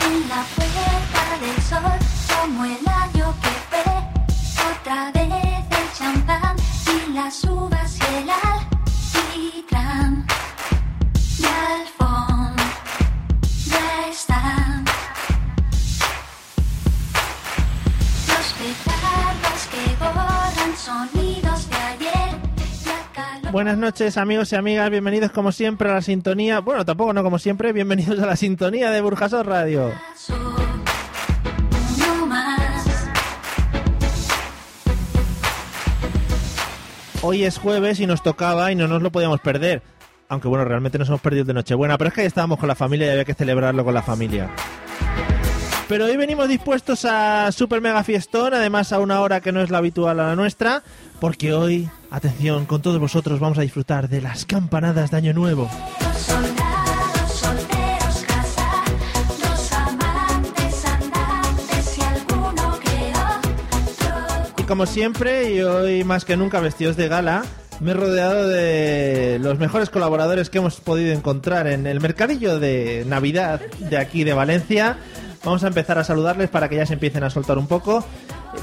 En la puerta del sol, como el año que fue, otra vez el champán y las uvas y el alquitrán. Y al fondo ya están los petardos que borran sonidos de ayer. La calor Buenas noches amigos y amigas, bienvenidos como siempre a la sintonía, bueno tampoco no como siempre, bienvenidos a la sintonía de Burjasot Radio. azul, no más. Hoy es jueves y nos tocaba y no nos lo podíamos perder, aunque bueno, realmente nos hemos perdido de Nochebuena, pero es que ahí estábamos con la familia y había que celebrarlo con la familia. Pero hoy venimos dispuestos a Super Mega Fiestón, además a una hora que no es la habitual a la nuestra, porque hoy, atención, con todos vosotros vamos a disfrutar de las campanadas de Año Nuevo. Los soldados, solteros, casados, amantes, andantes y alguno que otro. Y como siempre, y hoy más que nunca vestidos de gala, me he rodeado de los mejores colaboradores que hemos podido encontrar en el mercadillo de Navidad de aquí de Valencia. Vamos a empezar a saludarles para que ya se empiecen a soltar un poco.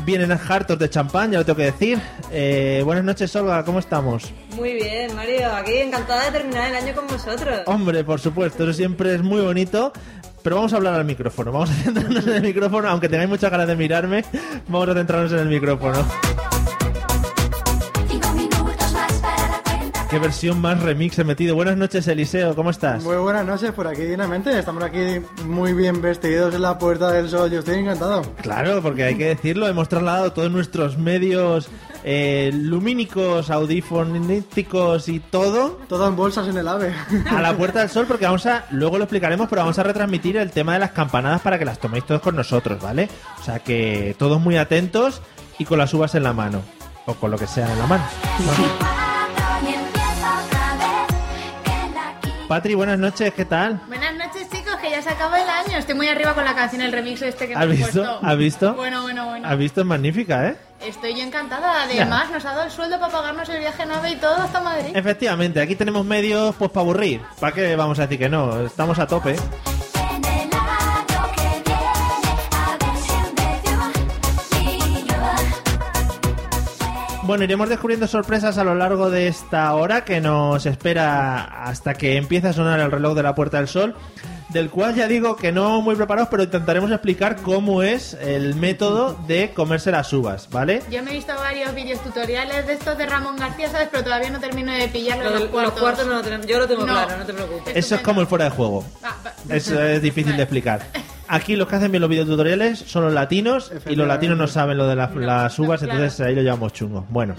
Vienen hartos de champán, ya lo tengo que decir. Eh, buenas noches, Olga, ¿cómo estamos? Muy bien, Mario. Aquí encantada de terminar el año con vosotros. Hombre, por supuesto, eso siempre es muy bonito. Pero vamos a hablar al micrófono, vamos a centrarnos en el micrófono, aunque tengáis muchas ganas de mirarme, vamos a centrarnos en el micrófono. Cinco minutos más para la cuenta. Qué versión más remix he metido. Buenas noches, Eliseo, ¿cómo estás? Muy buenas noches por aquí, dignamente. Estamos aquí muy bien vestidos en la Puerta del Sol. Yo estoy encantado. Claro, porque hay que decirlo, hemos trasladado todos nuestros medios eh, lumínicos, audifonísticos y todo Todo en bolsas en el AVE. a la Puerta del Sol porque vamos a, luego lo explicaremos, pero vamos a retransmitir el tema de las campanadas para que las toméis todos con nosotros, ¿vale? O sea que todos muy atentos y con las uvas en la mano, o con lo que sea en la mano. Cuatro y empieza otra vez. Que la quita. Patri, buenas noches, ¿qué tal? Buenas noches chicos, que ya se acaba el año. Estoy muy arriba con la canción, el remix este que me ¿Has han visto? puesto. ¿Has visto? Bueno, bueno, bueno. ¿Has visto? Es magnífica, ¿eh? Estoy yo encantada. Además, nos ha dado el sueldo para pagarnos el viaje en AVE y todo hasta Madrid. Efectivamente, aquí tenemos medios pues para aburrir. ¿Para qué vamos a decir que no? Estamos a tope. En el año que viene, a ver si en vez de un millón. Bueno, iremos descubriendo sorpresas a lo largo de esta hora que nos espera hasta que empiece a sonar el reloj de la Puerta del Sol, del cual ya digo que no muy preparados, pero intentaremos explicar cómo es el método de comerse las uvas, ¿vale? Yo me he visto varios vídeos tutoriales de estos de Ramón García, ¿sabes? Pero todavía no termino de pillarlo Lo en de- los, cuartos. no lo tenemos. Yo lo tengo No. claro, no te preocupes. Eso es como el fuera de juego. Va, va. Eso es difícil de explicar. Aquí los que hacen bien los videotutoriales son los latinos y los latinos no saben lo de las, las uvas, claro. entonces ahí lo llamamos chungo. Bueno.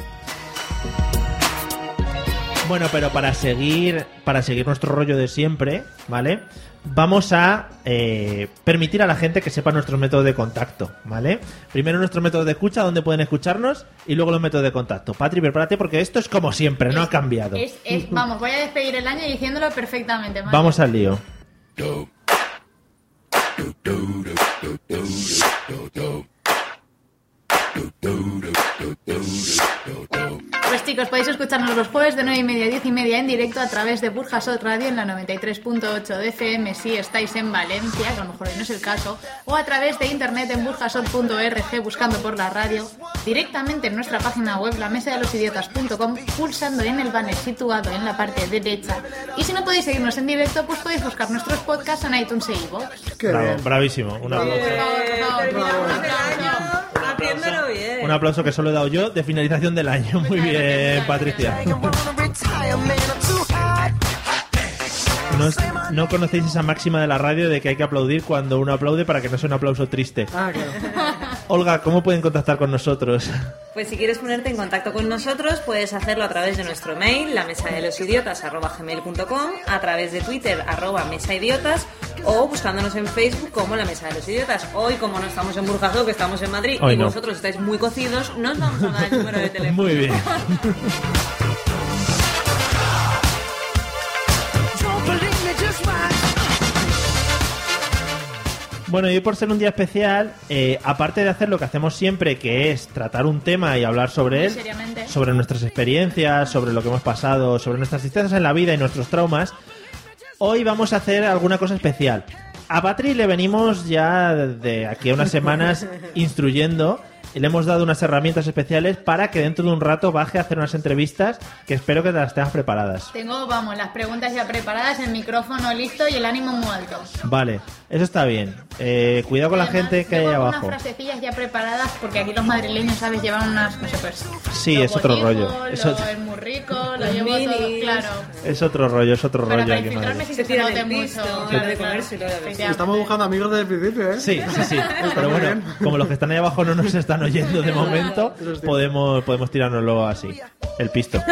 Bueno, pero para seguir, para seguir nuestro rollo de siempre, ¿vale? Vamos a eh, permitir a la gente que sepa nuestros métodos de contacto, ¿vale? Primero nuestros métodos de escucha, donde pueden escucharnos, y luego los métodos de contacto. Patri, prepárate porque esto es como siempre, no ha cambiado. Este Es, es- vamos, voy a despedir el año diciéndolo perfectamente. Mario. Vamos al lío. Pues chicos, podéis escucharnos los jueves de 9 y media a 10 y media en directo a través de Burjasot Radio en la 93.8 de FM si estáis en Valencia, que a lo mejor hoy no es el caso, o a través de internet en burjasot.org buscando por la radio, directamente en nuestra página web la mesa de los idiotas.com pulsando en el banner situado en la parte derecha. Y si no podéis seguirnos en directo, pues podéis buscar nuestros podcasts en iTunes e iVoox. Qué Bravo, bien. bravísimo. Un aplauso. Eh, Bravo, bravo, terminamos el año bravo. haciéndolo bien. Un aplauso que solo he dado yo de finalización del año. Muy bien, Patricia. No, es- no conocéis esa máxima de la radio de que hay que aplaudir cuando uno aplaude para que no sea un aplauso triste. Ah, claro. Olga, ¿cómo pueden contactar con nosotros? Pues si quieres ponerte en contacto con nosotros, puedes hacerlo a través de nuestro mail, la mesa de los idiotas a través de Twitter, arroba mesa idiotas, o buscándonos en Facebook como la mesa de los idiotas. Hoy, como no estamos en Burjasó, que estamos en Madrid, Hoy y no. vosotros estáis muy cocidos, no os vamos a dar el número de teléfono. Muy bien. Bueno, y hoy por ser un día especial, eh, aparte de hacer lo que hacemos siempre, que es tratar un tema y hablar sobre Muy él, seriamente. sobre nuestras experiencias, sobre lo que hemos pasado, sobre nuestras tristezas en la vida y nuestros traumas, hoy vamos a hacer alguna cosa especial. A Patri le venimos ya de aquí a unas semanas instruyendo. y Le hemos dado unas herramientas especiales para que dentro de un rato baje a hacer unas entrevistas que espero que te las tengas preparadas. Tengo, vamos, las preguntas ya preparadas, el micrófono listo y el ánimo muy alto. Vale, eso está bien. Eh, cuidado con la Además, gente que hay llevo ahí algunas abajo. frasecillas ya preparadas porque aquí los madrileños, ¿sabes? Llevan unas cosas pues, Sí, lo es otro rollo. bonijo, Es lo- otro- el muy rico, lo Los llevo todo, minis. claro. Es otro rollo, es otro Pero rollo para aquí en infiltrarme Madrid. sí Se que se tiran note el pisto, mucho. claro, de comérselo, de ver. Estamos buscando amigos desde el principio, ¿eh? Sí, sí, sí. Pero bueno, como los que están ahí abajo no nos están oyendo de momento, podemos, podemos tirárnoslo así. El pisto.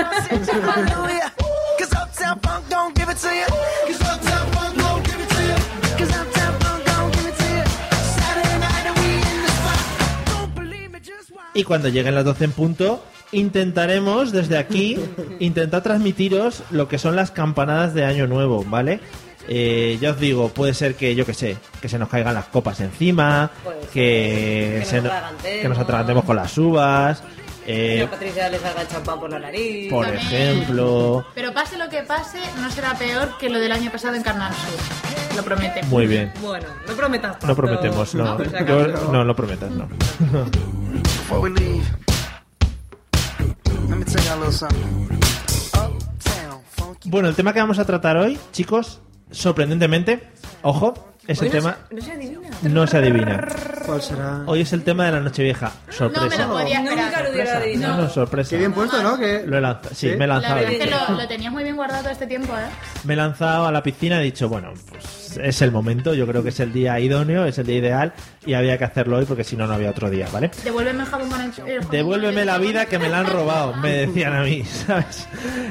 Y cuando lleguen las 12 en punto, intentaremos desde aquí, intentar transmitiros lo que son las campanadas de Año Nuevo, ¿vale? Eh, ya os digo, puede ser que, yo que sé, que se nos caigan las copas encima, Puede ser. que, Que se nos no- atragantemos. que nos atragantemos con las uvas, Que eh, a Patricia le salga el champán por la nariz. por También. ejemplo... Pero pase lo que pase, no será peor que lo del año pasado en Carnal Sur. Lo promete. Muy bien. Bueno, no prometas tanto. No prometemos, no. por si Yo- acaso. no, no prometas, no. Before we leave, let me tell y'all a little something. Uptown, funky. Bueno, el tema que vamos a tratar hoy, chicos, sorprendentemente, ojo, es el Hoy no tema... se- No se adivina. No se adivina. ¿Cuál será? Hoy es el tema de la Nochevieja. No me Sorpresa. lo podía esperar. Nunca lo hubiera sorpresa. adivinado. No, no, sorpresa. Qué bien pues. puesto, ¿no? Que... Lo he lanzado. Sí, ¿Sí? me he La lanzado. verdad es que lo, lo tenías muy bien guardado este tiempo, ¿eh? Me he lanzado a la piscina, he dicho, bueno, pues es el momento, yo creo que es el día idóneo, es el día ideal y había que hacerlo hoy porque si no, no había otro día, ¿vale? Devuélveme el jabón con el- el jabón con Devuélveme el- la vida que me la han robado, me decían a mí, ¿sabes?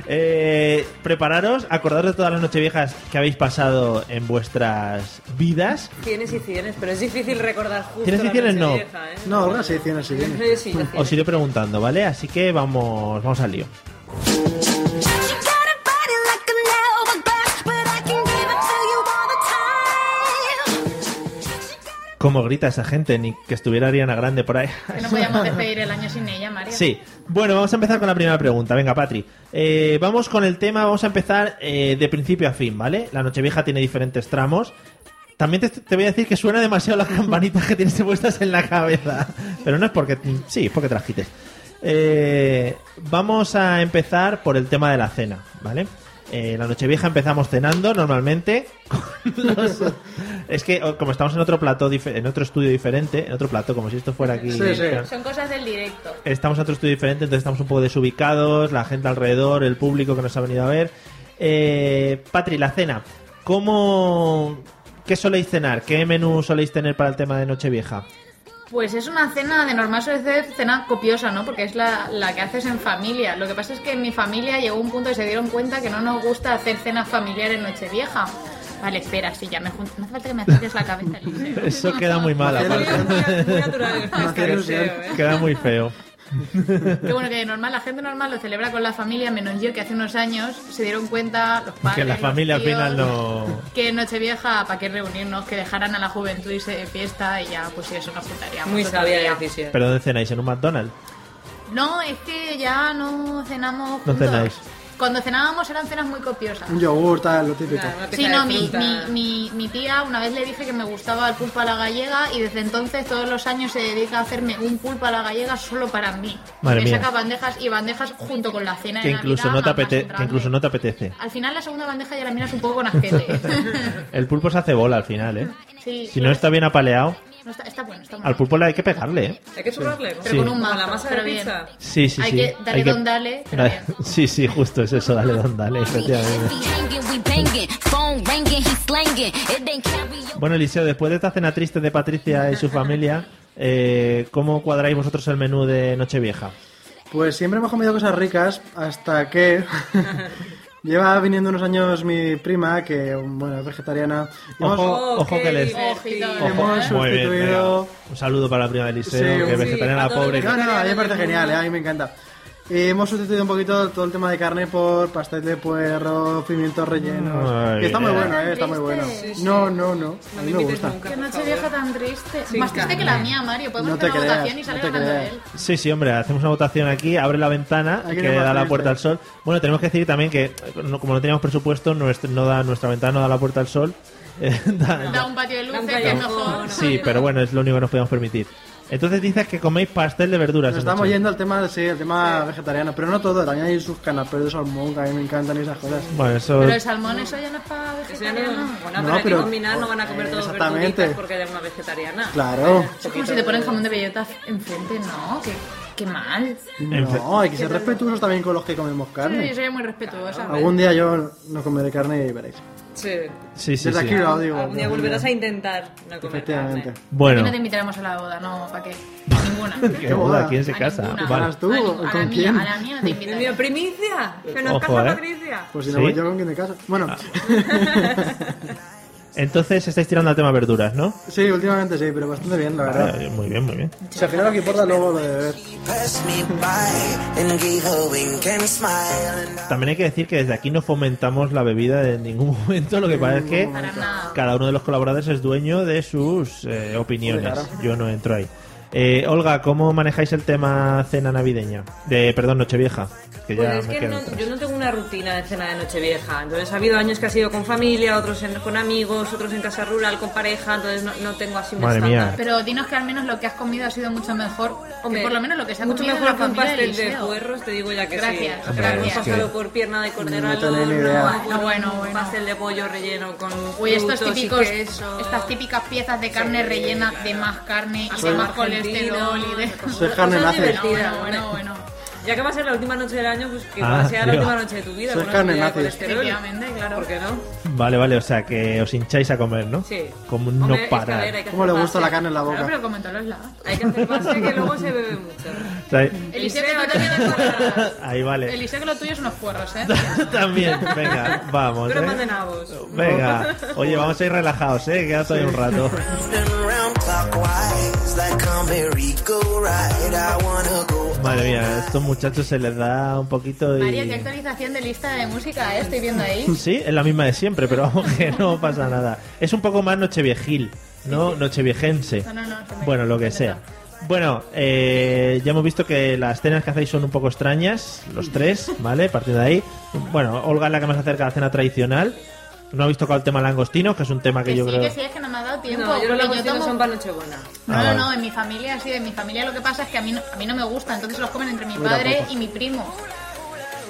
Eh, prepararos, acordaros de todas las nocheviejas que habéis pasado en vuestras vidas. Tienes y tienes, pero es difícil recordar justo. Tienes y la tienes, noche no. vieja, ¿eh? No, ahora sí, tiene sí. Sí, viene. sí, sí, tienes. Os iré preguntando, ¿vale? Así que vamos, vamos al lío. ¿Cómo grita esa gente? Ni que estuviera Ariana Grande por ahí. Que no podíamos despedir el año sin ella, Mario. Sí, bueno, vamos a empezar con la primera pregunta. Venga, Patri. Eh, vamos con el tema, vamos a empezar eh, de principio a fin, ¿vale? La Nochevieja tiene diferentes tramos. También te, te voy a decir que suena demasiado las campanitas que tienes puestas en la cabeza. Pero no es porque. Sí, es porque te las quites. Eh, vamos a empezar por el tema de la cena, ¿vale? Eh, la Nochevieja empezamos cenando normalmente. con los- es que o- como estamos en otro plató, dife- en otro estudio diferente, en otro plató, como si esto fuera aquí. Sí, sí. Son cosas del directo. Estamos en otro estudio diferente, entonces estamos un poco desubicados, la gente alrededor, el público que nos ha venido a ver. Eh, Patri, la cena. ¿Cómo... ¿Qué soléis cenar? ¿Qué menú soléis tener para el tema de Nochevieja? Pues es una cena, de normal suele ser cena copiosa, ¿no? Porque es la, la que haces en familia. Lo que pasa es que en mi familia llegó un punto y se dieron cuenta que no nos gusta hacer cenas familiares en Nochevieja. Vale, espera, sí, ya me junto. No hace falta que me acerques la cabeza. Libre. Eso queda muy mal, Muy, aparte. muy- muy natural el Más que pescadillo, ilusión. ¿eh? Queda muy feo. Que bueno, que normal, la gente normal lo celebra con la familia, menos yo, que hace unos años se dieron cuenta los padres. Que la los familia al tíos, final no... Que en Nochevieja, ¿para qué reunirnos? Que dejaran a la juventud irse de fiesta y ya, pues eso, nos juntaríamos. Muy otro sabia día. la decisión. ¿Pero dónde cenáis? ¿En un McDonald's? No, es que ya no cenamos No juntos. cenáis. Cuando cenábamos eran cenas muy copiosas. Un yogur, tal, lo típico. Nada, una Sí, pieza no, de mi, fruta. mi- mi- mi tía una vez le dije que me gustaba el pulpo a la gallega y desde entonces todos los años se dedica a hacerme un pulpo a la gallega solo para mí. Madre me mía. saca bandejas y bandejas junto con la cena Que de incluso, no te Navidad, más apete- que entrante. incluso no te apetece. Al final la segunda bandeja ya la miras un poco con asquete. El pulpo se hace bola al final, ¿eh? Sí, Si no está bien apaleado, no está, está bueno, está bueno. al pulpo le hay que pegarle, ¿eh? Hay que churrarle, ¿no? Pero Sí. con un Como la mazo, masa de pero bien. pizza. Sí, sí, Hay sí. que- dale don, dale, pero bien. Sí, sí, justo es eso, dale don, dale, efectivamente. Bueno, Eliseo, después de esta cena triste de Patricia y su familia, eh, ¿cómo cuadráis vosotros el menú de Nochevieja? Pues siempre hemos comido cosas ricas hasta que lleva viniendo unos años mi prima, que bueno, es vegetariana. y hemos- Ojo, Oh, ojo qué que les- divertido. Ojito. Ojo, Hemos muy bien, sustituido- venga. un saludo para la prima de Liceo, Sí, que es sí, vegetariana a todos pobre. los No, no, a mí me Vegetariana parece del genial, mundo. ¿eh? a mí me encanta. Y hemos sustituido un poquito todo el tema de carne por pastel de puerro, pimientos rellenos. Ay, que está muy eh. bueno, ¿eh? está muy bueno. Sí, No, no, no. A No mí me me invites gusta. nunca, Qué por noche favor. vieja tan triste. Más triste que la mía, Mario. Podemos No te hacer una creas, votación y sale no te ganando creas. él. Sí, sí, hombre, hacemos una votación aquí, abre la ventana Aquí que no da la más puerta al triste. sol. Bueno, tenemos que decir también que eh, no- como no teníamos presupuesto, nuestro- no da, nuestra ventana no da la puerta al sol. eh, da- Da un patio de luces, un que es callejón, mejor. no, Sí, no. pero bueno, es lo único que nos podemos permitir. Entonces dices que coméis pastel de verduras. Nos esta estamos noche. yendo al tema, sí, el tema vegetariano, pero no todo, también hay sus canapés de salmón, que a mí me encantan esas cosas. Bueno, eso. Pero el salmón, eso ya no es para Eso ya no- vegetariano. Bueno, No, pero hay que pero- combinar, no van a comer eh, todos exactamente. verduritas porque hay una vegetariana. Claro. Es como si te ponen jamón de bellota enfrente, no. Qué, qué mal. No, hay que ser respetuosos también con los que comemos Sí, yo carne. soy muy respetuosa. Algún día yo no comeré carne y veréis. Sí. Sí, sí, Desde sí. aquí lo digo. Algún día volverás a intentar no comer Efectivamente. carne. Y Bueno, no te invitaremos a la boda, no, ¿para qué? A ninguna. qué boda, ¿quién se casa? ninguna. Vale. ¿Tú? A ni- ¿Con a la quién? mía, a la mía no te Dios mío, invitaré. primicia. Que nos Ojo, casa ¿eh? Patricia. Pues si no ¿Sí? Ah. voy yo, ¿con quién de casa? Bueno, Entonces estáis tirando al tema verduras, ¿no? sí, últimamente sí, pero bastante bien, la verdad. Eh, Muy bien, muy bien. Si al final lo que importa luego lo de beber. Passed me by and gave a wink and smile. And I También hay que decir que desde aquí no fomentamos la bebida en ningún momento, lo que pasa es que Para nada. cada uno de los colaboradores es dueño de sus eh, opiniones. Hombre, claro. Yo no entro ahí. Eh, Olga, ¿cómo manejáis el tema cena navideña? De, perdón, Nochevieja. Que ya Pues es me que quedo no- atrás. yo no tengo una rutina de cena de Nochevieja. Entonces ha habido años que ha sido con familia, otros en- con amigos, otros en casa rural, con pareja. Entonces no, no tengo así un Madre mía. estándar. Pero dinos que al menos lo que has comido ha sido mucho mejor. Hombre, que por lo menos lo que se ha mucho comido mejor en que la un familia pastel del de liceo. puerros, te digo ya que Gracias, sí. gracias. Hemos pasado por pierna de cordero No al tenéis ni horno, idea. por Ah, un bueno, bueno. pastel de pollo relleno con Uy, estos frutos y típicos, queso. estas típicas piezas de carne rellena de más carne y de más colesterol y de... Ah, Eso es carne nazi. divertida, Bueno, bueno, bueno. Ya que va a ser la última noche del año, pues que Ah, sea tío. la última noche de tu vida. Eso es con una carne comida de nazi. colesterol. Efectivamente, claro. ¿Por qué no? Vale, vale, o sea que os hincháis a comer, ¿no? Sí. Como Hombre, no es que, a ver, hay parar. que ¿Cómo hacer le gusta base. la carne en la Claro, boca? pero coméntalo, es la... Hay que hacer base que luego se bebe mucho. O sea, Eliseo, Eliseo, que tú también ¿qué eres pasa? fuerra. ahí vale. Eliseo, que lo tuyo son los puerros, ¿eh? También, venga, vamos. Pero ¿eh? más de nabos. Venga, oye, vamos a ir relajados, ¿eh? Queda todavía un rato. turned round clockwise like a merry-go-round. I wanna go Madre mía, a estos muchachos se les da un poquito María, qué y... actualización de lista de música, ¿eh? Estoy viendo ahí. Sí, es la misma de siempre, pero vamos que no pasa nada. Es un poco más nocheviejil, ¿no? Nocheviejense. No, no, no, se me- Bueno, lo que se me sea. Bueno, eh, ya hemos visto que las cenas que hacéis son un poco extrañas, los tres, ¿vale? Partiendo de ahí. Bueno, Olga es la que más se acerca a la cena tradicional. No habéis tocado el tema langostino, que es un tema que, Que yo sí, creo... que sí, es que no me ha dado tiempo. No, yo porque los cocinos tomo- son para Nochebuena. Ah, No, no, vale. no, en mi familia sí, en mi familia lo que pasa es que a mí no, a mí no me gusta, entonces los comen entre mi Mira, padre pues. papá. y mi primo.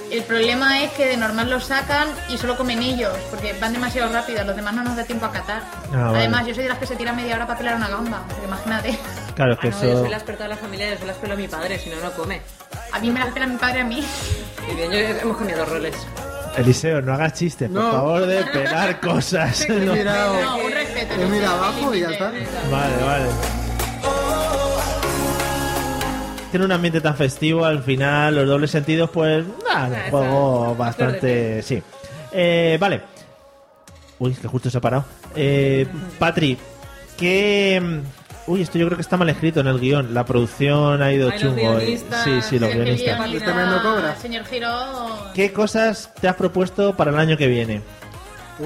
El problema es que de normal los sacan y solo comen ellos, porque van demasiado rápido, los demás no nos da tiempo a catar. Ah, vale. Además, yo soy de las que se tira media hora para pelar una gamba, porque imagínate. Claro, es Ah, que no, yo eso... soy la experta de la familia, yo soy la pelo a mi padre, si no, no come. A mí me las pela mi padre a mí. Y bien, yo, hemos cambiado roles. Eliseo, no hagas chistes, por No. favor, de pelar cosas. No. Mira, No, un respeto. he no sé, mirado eh, abajo y ya está. Vale, vale. Tiene un ambiente tan festivo, al final los dobles sentidos, pues, nada, Ah, un juego está- está bastante... Sí. Eh, vale. Uy, es que justo se ha parado. Eh, Patri, que... Uy, esto yo creo que está mal escrito en el guión. La producción ha ido Ay, los chungo. hoy. guionistas, Sí, sí, los Es que el guionistas. guionista, Está mirando Este cobra. Señor Giro, ¿Qué cosas te has propuesto para el año que viene?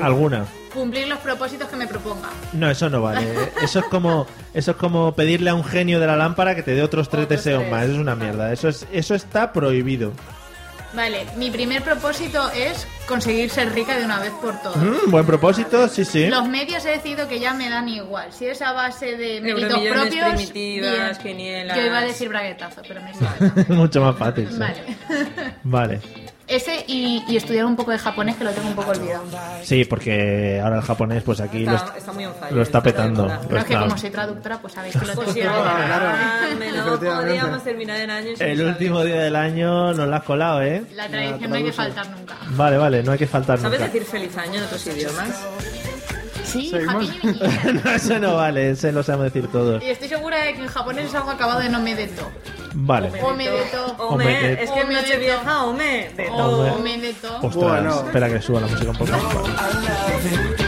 ¿Alguna? cumplir los propósitos que me proponga. No, eso no vale. Eso es como eso es como pedirle a un genio de la lámpara que te dé otros tres Otros deseos tres. más. Eso es una mierda. Eso es eso está prohibido. Vale, mi primer propósito es conseguir ser rica de una vez por todas. Mm, buen propósito, sí, sí. Los medios he decidido que ya me dan igual. Si es a base de méritos Euromillones, propios. primitivas, bien. quinielas. Yo iba a decir braguetazo, pero me sale también. Mucho más fácil. sí. Vale. Vale. Ese y, y estudiar un poco de japonés, que lo tengo un poco olvidado. Sí, porque ahora el japonés, pues aquí lo, Está, est- está muy on fire. lo está de petando. moda. Lo Pero es que está- como soy traductora, pues sabéis que lo Pues tengo sí, que olvidar. ahora, no Efectivamente. podríamos terminar el año sin El saber. último día del año nos la has colado, ¿eh? La tradición no hay que faltar nunca. Vale, vale, no hay que faltar ¿Sabes nunca. decir feliz año en otros idiomas? Sí, Seguimos. Jaquín y Miguel. no, eso no vale, se lo sabemos decir todos. Y estoy segura de que en japonés es algo acabado de no me deto. Vale. O me deto. O Hombre, Home, que- es que en Home de Nochevieja, home, de todo. Hombre. me deto. Ostras, Bueno. espera que suba la música un poco. Vale.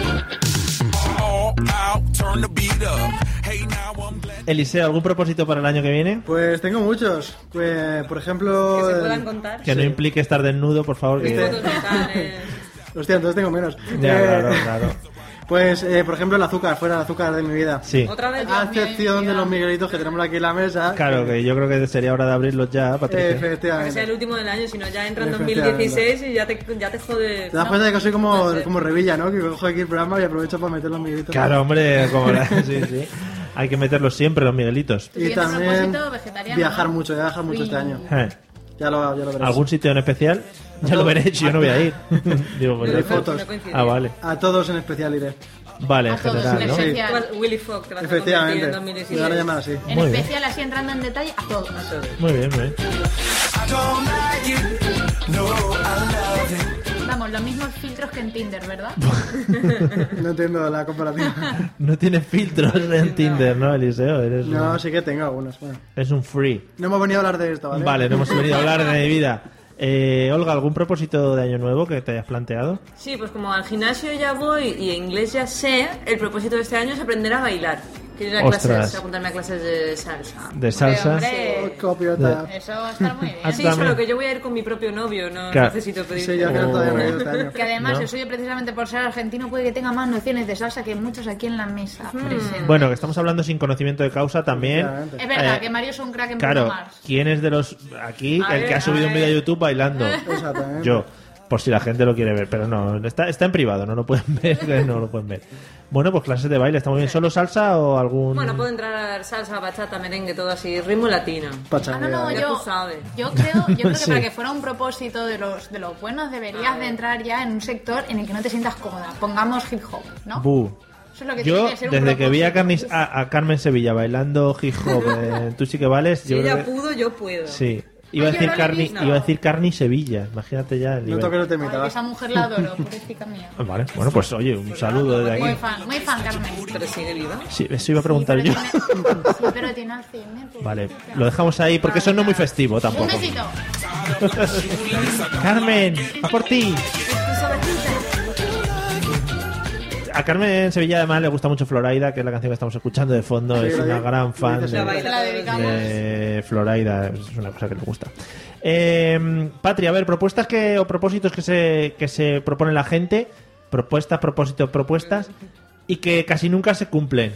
All out, turn the beat up. Hey, now I'm glad. Eliseo, ¿algún propósito para el año que viene? Pues tengo muchos. Eh, por ejemplo. Que se el- este- puedan contar. Que no implique estar desnudo, por favor. que- Fotos mentales. Hostia, entonces tengo menos. Ya, Eh, claro, claro. Pues, eh, por ejemplo, el azúcar, fuera el azúcar de mi vida. Sí. Otra vez. A excepción de los miguelitos que tenemos aquí en la mesa. Claro, que yo creo que sería hora de abrirlos ya, Patricia. Que sea el Efectivamente. último del año, si no ya entra en Efectivamente. 2016 y ya te, ya te jode. Te das cuenta de que soy como, puede ser. como Revilla, ¿no? Que cojo aquí el programa y aprovecho para meter los miguelitos. Claro, hombre, como la... Sí, sí. Hay que meterlos siempre, los miguelitos. Tú Y tienes también propósito vegetariano, viajar ¿no? mucho, viajar mucho Uy. este año. Eh, Ya lo, ya lo verás. ¿Algún sitio en especial? Ya lo veréis, yo no voy a ir. Digo, pues Yo ya- de fotos. No coincidiría. Ah, vale. A todos en especial iré. Vale, en A todos, en general, ¿no? especial. Tú vas- Willy Fox te vas a convertir en Efectivamente. Me van a 2016. llamar así. En Muy bien. especial, así entrando en detalle, a todos. Muy bien, muy bien. I don't like it. No, I love it. Vamos, los mismos filtros que en Tinder, ¿verdad? Pues No entiendo la comparativa. No tienes filtros en Tinder, ¿no, Eliseo? Eres un- No, sí que tengo algunas. Bueno, Es un free. no hemos venido a hablar de esto, ¿vale? Vale, no hemos venido a hablar de mi vida. Eh, Olga, ¿algún propósito de año nuevo que te hayas planteado? Sí, pues como al gimnasio ya voy y inglés ya sé, el propósito de este año es aprender a bailar. Quiero ir a Ostras. clases, apuntarme a clases de salsa. De salsa. Hombre, hombre, Copiota. eso está muy bien. Ah, Sí, También. solo que yo voy a ir con mi propio novio, no Claro. necesito pedir. Sí, yo creo que todavía no he ido este año. Que además ¿No? el suyo, precisamente por ser argentino, puede que tenga más nociones de salsa que muchos aquí en la mesa. presentes. Bueno, que estamos hablando sin conocimiento de causa también. Efectivamente. Es verdad Eh, que Mario es un crack en Claro, programar. ¿quién es de los aquí A el ver, que ha a subido un ver. vídeo a YouTube bailando? Exactamente. Yo, por si la gente lo quiere ver, pero no, está, está en privado, no lo pueden ver, que no lo pueden ver. Bueno, pues clases de baile, está muy bien. ¿Solo salsa o algún...? Bueno, pues, puedo entrar a dar salsa, bachata, merengue, todo así, ritmo latino. Ah, no, no, Pachanguea. ¿eh? Ya yo, tú sabes. yo creo, yo creo que Sí. para que fuera un propósito de los, de los buenos deberías de entrar ya en un sector en el que no te sientas cómoda. Pongamos hip hop, ¿no? Bu. Eso es lo que Yo, tiene que ser un desde que vi a, propósito. Carmen- a- a Carmen Sevilla bailando hip hop, en tú sí que vales, Si yo creo ella que- pudo, yo puedo. Sí. Iba Ay, a, yo decir no la he Carni, visto. iba a decir Carni Sevilla, imagínate ya el No nivel. toques el Ay, temita, que va. esa mujer la adoro, pobrecita mía. Vale, bueno, pues oye, un saludo desde Muy aquí. fan, muy fan, Carmen. Pero sigue viva. Sí, eso iba a preguntar yo. Sí, pero tiene- sí, pero tiene Alzheimer, pobrecita. Vale, lo dejamos ahí porque eso no es muy festivo Un tampoco. besito. Carmen, a por ti. A Carmen Sevilla además le gusta mucho Floraida, que es la canción que estamos escuchando de fondo. Sí, es lo una digo. gran fan Lo dices de, siempre. Se la dedicamos. de Floraida. Es una cosa que le gusta. Eh, Patri, a ver, propuestas que, o propósitos que se, que se propone la gente. Propuestas, propósitos, propuestas. Y que casi nunca se cumplen.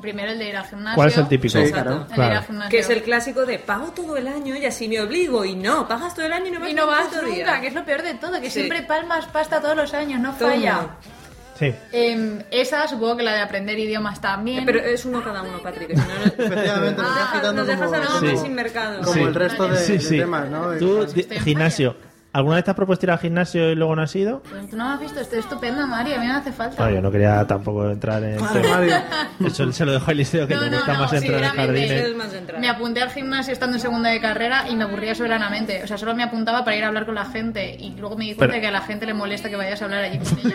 Primero el de ir al gimnasio. ¿Cuál es el típico? Sí, claro. Ah, El de ir al Claro. gimnasio. Que es el clásico de pago todo el año y así me obligo. Y no, pagas todo el año y no vas Y no ningún vas puto día. nunca, que es lo peor de todo, que Sí. siempre palmas pasta todos los años, no Toma. falla. Sí. Eh, esa supongo que la de aprender idiomas también. Eh, Pero es uno cada uno, Patrick. que Si no, Efectivamente, nos estás Ah, quitando nos dejas como- al hombre Sí. sin mercado. Como Sí. el resto de, Sí, de sí. temas, ¿no? Tú, Y- di- gimnasio. ¿Alguna vez te has propuesto ir al gimnasio y luego no has ido? Pues no me has visto, estoy estupenda, Mario, a mí no me hace falta. No, yo no quería tampoco entrar en... Vale, Mario. Eso se lo dejo a Eliseo, que No, le no, gusta no, más entrar ¿eh? en sinceramente, jardines. Es más de entrar. Me apunté al gimnasio estando en segunda de carrera y me aburría soberanamente. O sea, solo me apuntaba para ir a hablar con la gente y luego me di cuenta Pero- que a la gente le molesta que vayas a hablar allí con ella.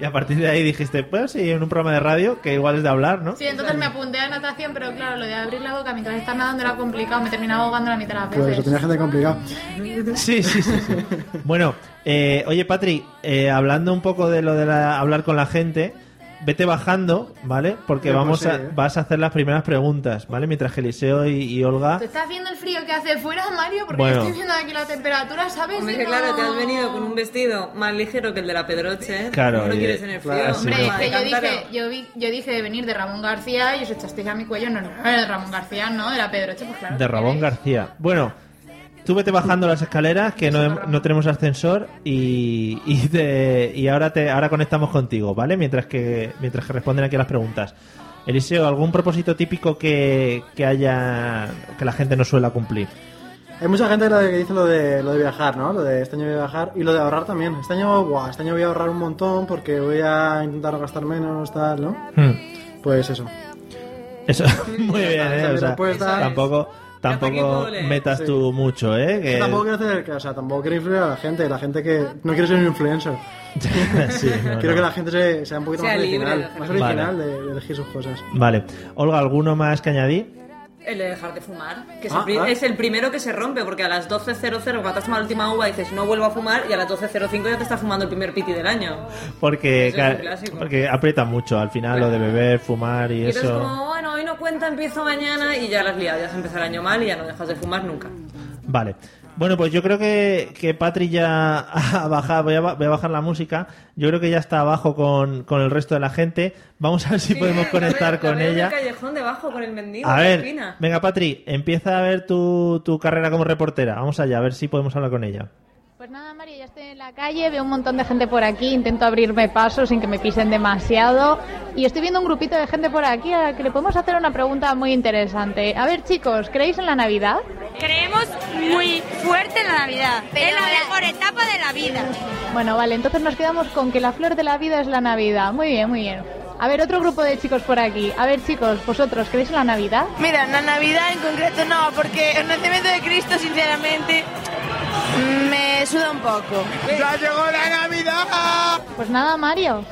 Y a partir de ahí dijiste, pues sí, en un programa de radio, que igual es de hablar, ¿no? Sí, entonces me apunté a natación, pero claro, lo de abrir la boca mientras estás nadando era complicado, me terminaba ahogando la mitad de las veces. Pues lo tenía gente complicada. Sí, sí, sí. sí. bueno, eh, oye, Patri, eh, hablando un poco de lo de la- hablar con la gente, vete bajando, ¿vale? Porque Eh, pues vamos sí, a, eh. vas a hacer las primeras preguntas, ¿vale? Mientras que Eliseo y, y Olga... ¿Tú estás viendo el frío que hace fuera, Mario? Porque Bueno. yo estoy viendo aquí la temperatura, ¿sabes? Hombre, Y que no- claro, te has venido con un vestido más ligero que el de la Pedroche. ¿eh? Claro, No y- quieres tener frío. claro, sí. Hombre, no. es que yo Cántaro. dije, yo, vi- yo dije de venir de Ramón García y os echasteis a mi cuello. No, no, no, de Ramón García, no, era Pedro Eche, pues claro. De Rabón García. Bueno, tú vete bajando las escaleras, que no, hem- no tenemos ascensor, y, y, te- y ahora, te, ahora conectamos contigo, ¿vale? Mientras que, mientras que responden aquí a las preguntas. Eliseo, ¿algún propósito típico que, que haya que la gente no suela cumplir? Hay mucha gente lo de- que dice lo de, lo de viajar, ¿no? Lo de este año voy a viajar y lo de ahorrar también. Este año, guau, este año voy a ahorrar un montón porque voy a intentar gastar menos, tal, ¿no? Hmm, Pues eso. Eso, muy bien, ¿eh? O sea, respuesta. tampoco, tampoco Cataquícoles. metas Sí. tú mucho, ¿eh? Que- Tampoco quiero hacer, o sea, tampoco quiero influir a la gente, la gente que no quiero ser un influencer. Sí, no, quiero no. que la gente se- sea un poquito Sea más libre de original, hacer más lo que original de, de elegir sus cosas. Vale. Olga, ¿alguno más que añadir? El de dejar de fumar, que es, Ah, el, pri- ah. es el primero que se rompe, porque a las 12.00, cuando te has tomado la última uva, dices no vuelvo a fumar, y a las 12.05 ya te está fumando el primer piti del año. Porque, Eso es un claro, clásico. porque aprieta mucho al final lo de beber, fumar y Y entonces, eso. como, bueno, hoy no cuenta, empiezo mañana, y ya las liado, ya se empieza el año mal y ya no dejas de fumar nunca. Vale. Bueno, pues yo creo que, que Patri ya ha bajado, voy a, ba- voy a bajar la música. Yo creo que ya está abajo con, con el resto de la gente. Vamos a ver si podemos conectar La veo- la con veo en el ella. callejón debajo con el mendigo. A ¿qué ver, opina? venga Patri, empieza a ver tu, tu carrera como reportera. Vamos allá, a ver si podemos hablar con ella. Pues nada, Mario, ya estoy en la calle, veo un montón de gente por aquí, intento abrirme paso sin que me pisen demasiado. Y estoy viendo un grupito de gente por aquí a la que le podemos hacer una pregunta muy interesante. A ver, chicos, ¿creéis en la Navidad? Creemos muy fuerte en la Navidad. es la mejor etapa de la vida. Bueno, vale, entonces nos quedamos con que la flor de la vida es la Navidad. Muy bien, muy bien. A ver, otro grupo de chicos por aquí. A ver, chicos, ¿vosotros creéis en la Navidad? Mira, la Navidad en concreto no, porque el nacimiento de Cristo, sinceramente, me suda un poco. Pues nada, Mario.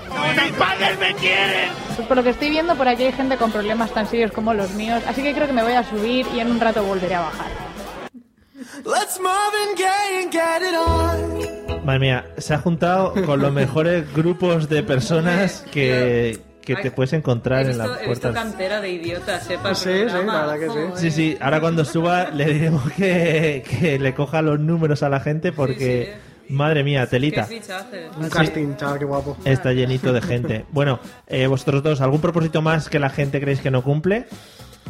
Pues por lo que estoy viendo, por aquí hay gente con problemas tan serios como los míos, así que creo que me voy a subir y en un rato volveré a bajar. Let's Marvin Gaye and get it on. Madre mía, se ha juntado con los mejores grupos de personas que, que te puedes encontrar he en visto, las he visto eh. puertas. cantera de idiotas, sepa. Sí, sí, la verdad que sí. Sí, sí, ahora cuando suba le diremos que, que le coja los números a la gente porque, madre mía, Qué telita, fichaje. Un casting, chaval, qué guapo. está llenito de gente. Bueno, eh, vosotros dos, ¿algún propósito más que la gente creéis que no cumple?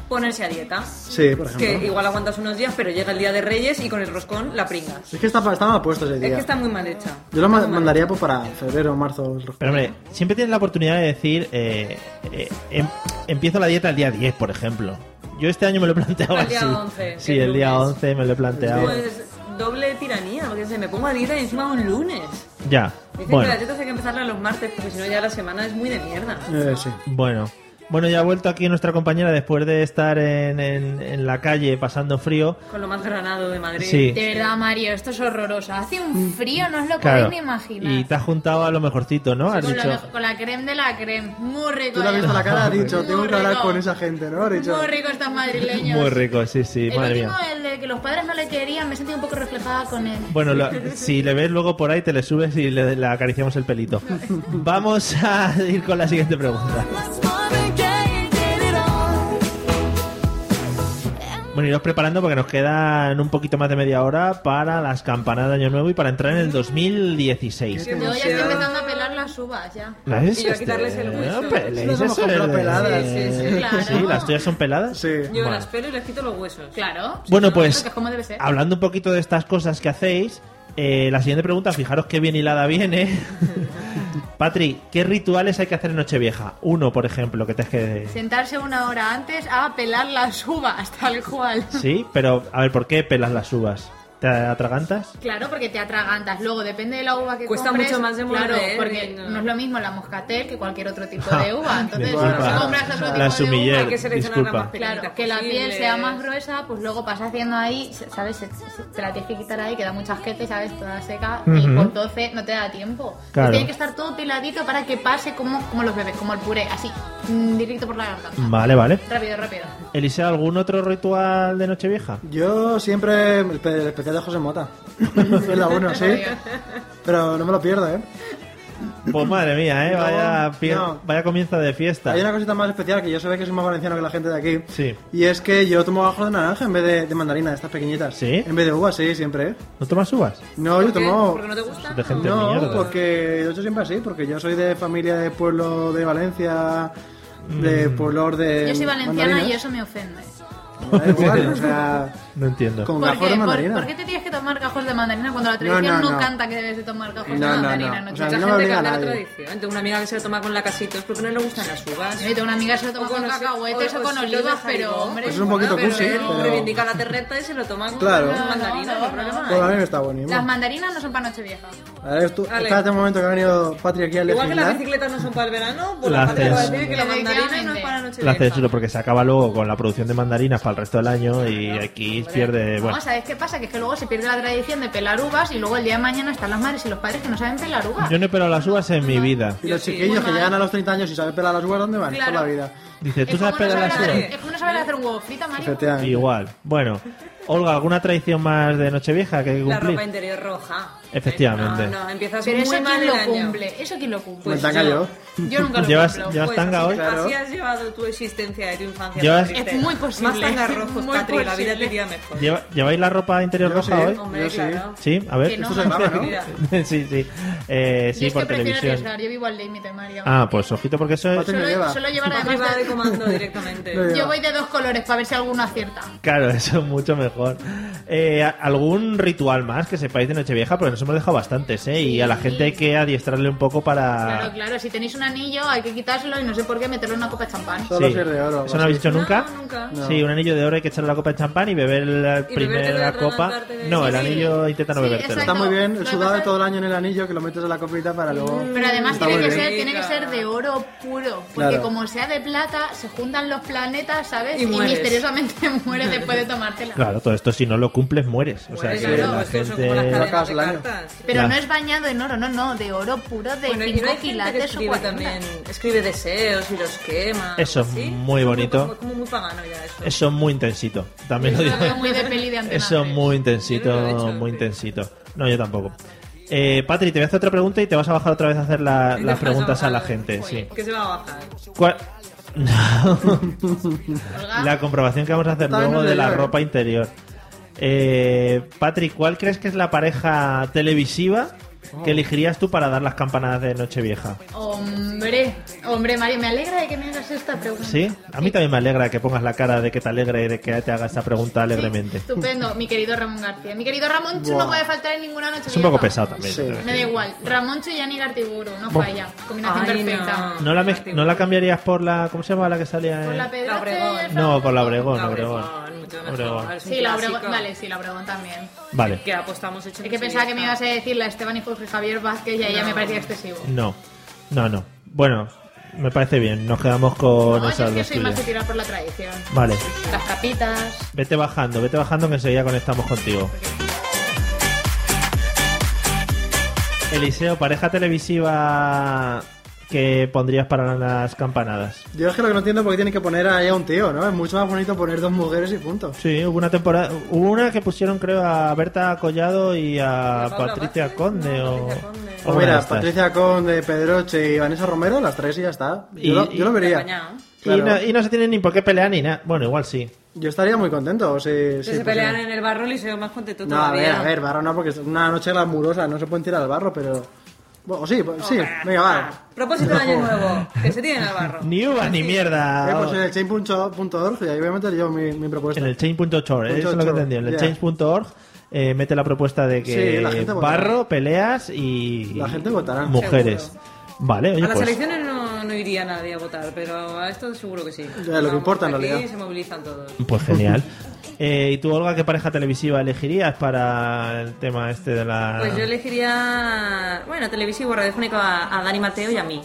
Ponerse a dieta. Sí, por Que ejemplo. igual aguantas unos días, pero llega el día de Reyes y con el roscón la pringas. Es que está, está mal puesto ese Es día. que está muy mal hecha. Yo lo ma- mandaría pues, para febrero o marzo. Pero hombre, siempre tienes la oportunidad de decir, eh, eh, em- empiezo la dieta el día 10, por ejemplo. Yo este año me lo he planteado El día así. 11, sí, el el día lunes. 11 me lo he planteado. Pues doble tiranía, porque se me pongo a dieta y encima un lunes. Ya. Dicen que Bueno, las dietas hay que empezarlas los martes, porque si no ya la semana es muy de mierda. Eh, sí. bueno. Bueno, ya ha vuelto aquí nuestra compañera después de estar en, en- en la calle pasando frío. Con lo más granado de Madrid. Sí. De verdad, Mario, esto es horroroso. Hace un Mm. frío, no os lo Claro. podéis ni imaginar. Y te has juntado a lo mejorcito, ¿no? Has con, dicho. la, con la creme de la creme. Muy rico. Tú le has ya. visto la cara, has Muy dicho, rico. tengo que hablar Muy con rico. esa gente, ¿no? Has dicho, Muy rico estos madrileños. Muy rico, sí, sí, El madre último, mía. el de que los padres no le querían, me sentí un poco reflejada con él. Bueno, lo- si le ves luego por ahí, te le subes y le, le acariciamos el pelito. Vamos a ir con la siguiente pregunta. Let's Marvin Gaye and get it on. Bueno, iros preparando porque nos quedan un poquito más de media hora para las campanadas de Año Nuevo y para entrar en el 2016. Yo ya estoy empezando a pelar las uvas ya. ¿La ves? Y yo a quitarles el hueso. No peléis Las hemos eso comprado de- peladas. Sí, Sí, sí, claro. las tuyas son peladas. Sí. Yo Bueno. las pelo y les quito los huesos. Claro. sí, Bueno, no, pues- creo que es como debe ser. Hablando un poquito de estas cosas que hacéis, eh, la siguiente pregunta, fijaros qué bien hilada viene. Patri, ¿qué rituales hay que hacer en Nochevieja? Uno, por ejemplo, que te quede. Sentarse una hora antes a pelar las uvas, tal cual. Sí, pero a ver, ¿por qué pelas las uvas? ¿Te atragantas? Claro, porque te atragantas. Luego, depende de la uva que Cuesta compres, mucho más de Claro, morder, porque no. no. es lo mismo la moscatel que cualquier otro tipo de uva. Entonces, si Disculpa. compras otro tipo La de uva, sumiller, hay que seleccionar la disculpa. más pequeña. Claro, que la piel sea más gruesa, pues luego pasas haciendo ahí, ¿sabes? Se- se- Te la tienes que quitar ahí, queda mucha gente, ¿sabes? Toda seca, Ujú. y por 12 no te da tiempo. Entonces Claro. tiene que estar todo peladito para que pase como, como los bebés, como el puré, así, mm, directo por la garganta. Vale, vale. Rápido, rápido. Eliseo, ¿algún otro ritual de Nochevieja? Yo siempre el, pe- el especial de José Mota. es la uno, sí. Pero no me lo pierdo, ¿eh? Pues madre mía, ¿eh? No, Vaya, fie- no. vaya comienzo de fiesta. Hay una cosita más especial que yo sé que soy más valenciano que la gente de aquí. Sí. Y es que yo tomo ajo de naranja en vez de, de mandarina, de estas pequeñitas. ¿Sí? En vez de uva, sí, siempre. ¿eh? ¿No tomas uvas? No, yo ¿Por qué? tomo. ¿Porque no te gusta? De gente de No, mierda. porque yo he hecho siempre así, porque yo soy de familia de pueblo de Valencia, de pueblos de. Mm. Eh, Yo soy valenciana mandarinas. y eso me ofende. Da igual, o sea, No entiendo. Con ¿Por gajos de qué? ¿Por- mandarina. ¿Por qué te tienes que tomar gajos de mandarina cuando la tradición no, no, no. canta que debes de tomar gajos No, de no, mandarina? no. No, O sea, Mucha chicas. no me gente obliga a cambia la nadie. tradición. Tengo una amiga que se lo toma con lacasitos porque no le gustan las uvas. Yo tengo una amiga que se lo toma O con con los- cacahuetes o- o o con si los olivas, deja pero igual. hombre... Eso es Pues un poquito bueno, cursi, pero- pero- reivindica la terreta y se lo toma con Claro. con No, mandarina, no, no hay no, problema. Pues a mí me está bonito. Las mandarinas no son para Nochevieja. A ver, tú, Vale. espérate un momento que ha venido Patri aquí a Igual que las legislar. bicicletas no son para el verano, pues Las la gente va a cens- decir que la mandarina no es Efectivamente. para la noche La vieja. censura porque se acaba luego con la producción de mandarinas para el resto del año y aquí pierde. Bueno, No, ¿sabes qué pasa? Que es que luego se pierde la tradición de pelar uvas y luego el día de mañana están las madres y los padres que no saben pelar uvas. yo no he pelado las uvas en mi vida. Y los chiquillos que llegan a los 30 años y saben pelar las uvas, ¿dónde van? Claro. Por la vida. Dice, ¿tú Es como sabes pelar no las saber uvas? hacer- Es como no saber hacer un huevo frito, Mario. Efectivamente. Igual. Bueno, Olga, ¿alguna tradición más de Nochevieja que hay que La ropa cumplir? interior roja. Efectivamente. No, no, empiezas Pero muy mal eso quién el lo año. cumple. Pues Eso quién lo Me cumple. tanga yo. Yo nunca lo Llevas- cumplo. llevas Pues tanga hoy. así, así has llevado tu existencia de tu infancia. Llevas- Patricia. Es muy posible. Más tangas rojos, Muy Patri, la vida posible. te iría mejor. Lleva- ¿Lleváis la ropa interior Yo roja sí. hoy? Hombre, Yo sí. claro. Sí, a ver. Que no. Esto se acaba, ¿no? Mira, sí, sí. Eh, yo sí, es por que prefiero televisión. arriesgar. Yo vivo al límite, Mario. Ah, pues ojito, porque eso es. Patri- solo, me lleva. solo llevar Patri además va de de- comando directamente. Lo lleva. Yo voy de dos colores para ver si alguno acierta. Claro, eso es mucho mejor. Eh, a- ¿Algún ritual más que sepáis de Nochevieja? Porque nos hemos dejado bastantes, ¿eh? Y a la gente hay que adiestrarle un poco Claro, para. claro. Si tenéis un anillo, hay que quitárselo y no sé por qué meterlo en una copa de champán. Solo ser de oro. ¿Eso no habéis hecho nunca? No, nunca. No. Sí, un anillo de oro hay que echarle la copa de champán y beber la Y bebértelo primera de copa. remangarte de- No, el Sí, sí. anillo intenta no Sí, bebértelo. Está exacto. muy bien, Lo el que sudado de pasa- Mm. todo el año en el anillo que lo metes en la copita para luego. Pero además Está tiene muy que, bien. ser, tiene que ser de oro puro, porque Claro. como sea de plata, se juntan los planetas, ¿sabes? Y Y, mueres. misteriosamente mueres después de tomártela. Claro, todo esto si no lo cumples mueres. O sea, Pues que claro, la pues que son como las gente... cadenas Bajas de el año. cartas. Pero Ya. no es bañado en oro, no, no, de oro puro de Bueno, y 5 hay gente que quilates o escribe 40. también, escribe deseos y los quema. Eso es ¿sí? muy Como- bonito. Como, como muy pagano ya eso. Eso es muy intensito. También lo Eso digo. lo veo muy de peli de Antena Eso es muy 3. Yo no lo he intensito, hecho, muy sí. intensito. No, yo tampoco. Eh, Patri, te voy a hacer otra pregunta y te vas a bajar otra vez a hacer la- Entonces, las preguntas a la vamos gente. Joder. Sí. Que se va a bajar. ¿Cuál- No. Olga, la comprobación que vamos a hacer También luego lo de la digo, eh. ropa interior. Eh, Patri, ¿cuál crees que es la pareja televisiva que elegirías tú para dar las campanadas de Nochevieja? Hombre, hombre, Mario, me alegra de que me hagas esta pregunta. ¿Sí? A mí también me alegra que pongas la cara de que te alegra y de que te haga esta pregunta alegremente. Estupendo, mi querido Ramón García. Mi querido Ramón Chu no Buah. puede faltar en ninguna noche. Es un poco vieja. pesado también. Sí. Me da igual. Ramón Chu y Yanni Gartiburu, no Buah. falla. Combinación Ay, perfecta. no. ¿No la, mez- ¿No la cambiarías por la... ¿Cómo se llama la que salía? Por en- la La Pedroche Obregón. y el No, Ramón por la Chu. Obregón, La Obregón. Obregón, mucho mejor. Obregón. Es un Sí, la clásico Obregón, vale, sí, la Obregón también. Vale. Que apostamos hecho Es que pensaba que me ibas a Nochevieja. decir la Esteban y Jorge Javier Vázquez y ahí ya me parecía excesivo. No. No, no. Bueno, me parece bien. Nos quedamos con No, yo esas es que dos soy más de tuyas. tirar por la tradición. Vale. Las capitas. Vete bajando, vete bajando que enseguida conectamos contigo. Eliseo, pareja televisiva que pondrías para las campanadas. Yo es que lo que no entiendo es por qué tienen que poner ahí a un tío, ¿no? Es mucho más bonito poner dos mujeres y punto. Pues Sí, hubo una temporada, hubo una que pusieron creo a Berta Collado y a ¿Y a Paula Patricia Vázquez? Conde No, o, Patricia Conde. o O una de mira, estas. Patricia Conde, Pedroche y Vanessa Romero, las tres y ya está. Yo, Y- lo, yo lo vería. Apañado. Y, Claro. no, y no se tienen ni por qué pelear ni nada. Bueno, igual sí. Yo estaría muy contento. Si, Que si se pelean pusieran- en el barro y se ve más contento No, a ver, todavía. a ver, barro no, porque es una noche glamurosa, no se pueden tirar al barro, pero. Bueno, sí, pues, sí, venga, va. Propósito de año nuevo, que se tiene en el barro. Ni uvas ni mierda. Eh, pues en el chain.org y ahí voy a meter yo mi, mi propuesta. En el change.org, eh, eso es lo que entendí. En el Ya. change.org eh, mete la propuesta de que Sí, la gente votará. barro, peleas y. La gente votará. Mujeres. Seguro. Vale, oye, A las pues. elecciones no, no iría nadie a votar, pero a esto seguro que sí. lo que importa, en aquí realidad. se movilizan todos. Pues genial. Eh, ¿Y tú, Olga, qué pareja televisiva elegirías para el tema este de la. Pues yo elegiría, bueno, televisivo, radiofónico a, a Dani Mateo y a mí.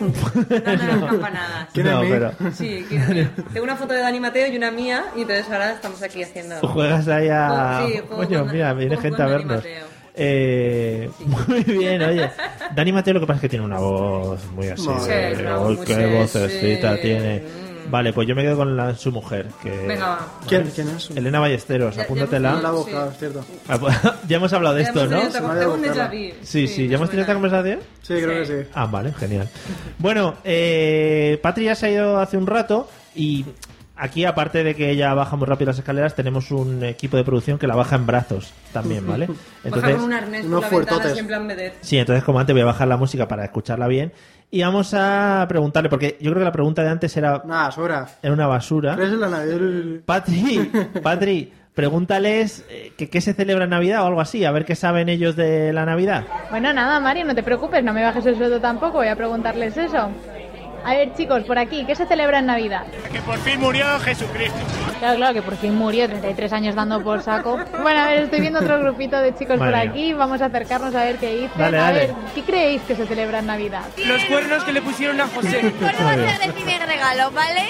Dame las campanadas. ¿Quién es no, mí? pero. Sí, que- tengo una foto de Dani Mateo y una mía, y entonces ahora estamos aquí haciendo. Juegas ahí a. Sí, juego Coño, con- mira, viene juego gente con a Dani vernos. Mateo. Eh, Muy bien, oye. Dani Mateo lo que pasa es que tiene una voz muy así. Madre. Sí, eh, una uy, voz muy qué vocecita sexy. Mm. tiene. Vale, pues yo me quedo con la, su mujer. Que... Venga, va. ¿Quién, ¿Quién es? Elena Ballesteros, Ya- ya No la he apúntatela. hemos- buscado, es cierto. ya hemos hablado de Ya esto, hemos ¿no? tenido esta- Se me había tengo un borrado. déjà vu. Sí, sí, ya hemos tenido esta me suena. conversación. Sí, creo que sí. Ah, vale, genial. Bueno, eh, Patri ya se ha ido hace un rato y aquí, aparte de que ella baja muy rápido las escaleras, tenemos un equipo de producción que la baja en brazos también, ¿vale? Bajar Entonces, con un arnés unos por la ventana, fuertotes. así en plan vedette. sí, entonces como antes voy a bajar la música para escucharla bien y vamos a preguntarle, porque yo creo que la pregunta de antes era, Nada, sobra. era una basura. ¿Crees en la Navidad? Patri, Patri, Pregúntales eh, que qué se celebra en Navidad o algo así, a ver qué saben ellos de la Navidad. Bueno, nada, Mario, no te preocupes, no me bajes el sueldo tampoco, voy a preguntarles eso. A ver, chicos, por aquí, ¿qué se celebra en Navidad? Que por fin murió Jesucristo. Claro, claro, que por fin murió, 33 años dando por saco. Bueno, a ver, estoy viendo otro grupito de chicos Madre por mía. aquí, vamos a acercarnos a ver qué dicen. Dale, a dale. ver, ¿qué creéis que se celebra en Navidad? Los cuernos que le pusieron a José. Bueno, va a ser el primer regalo, ¿vale?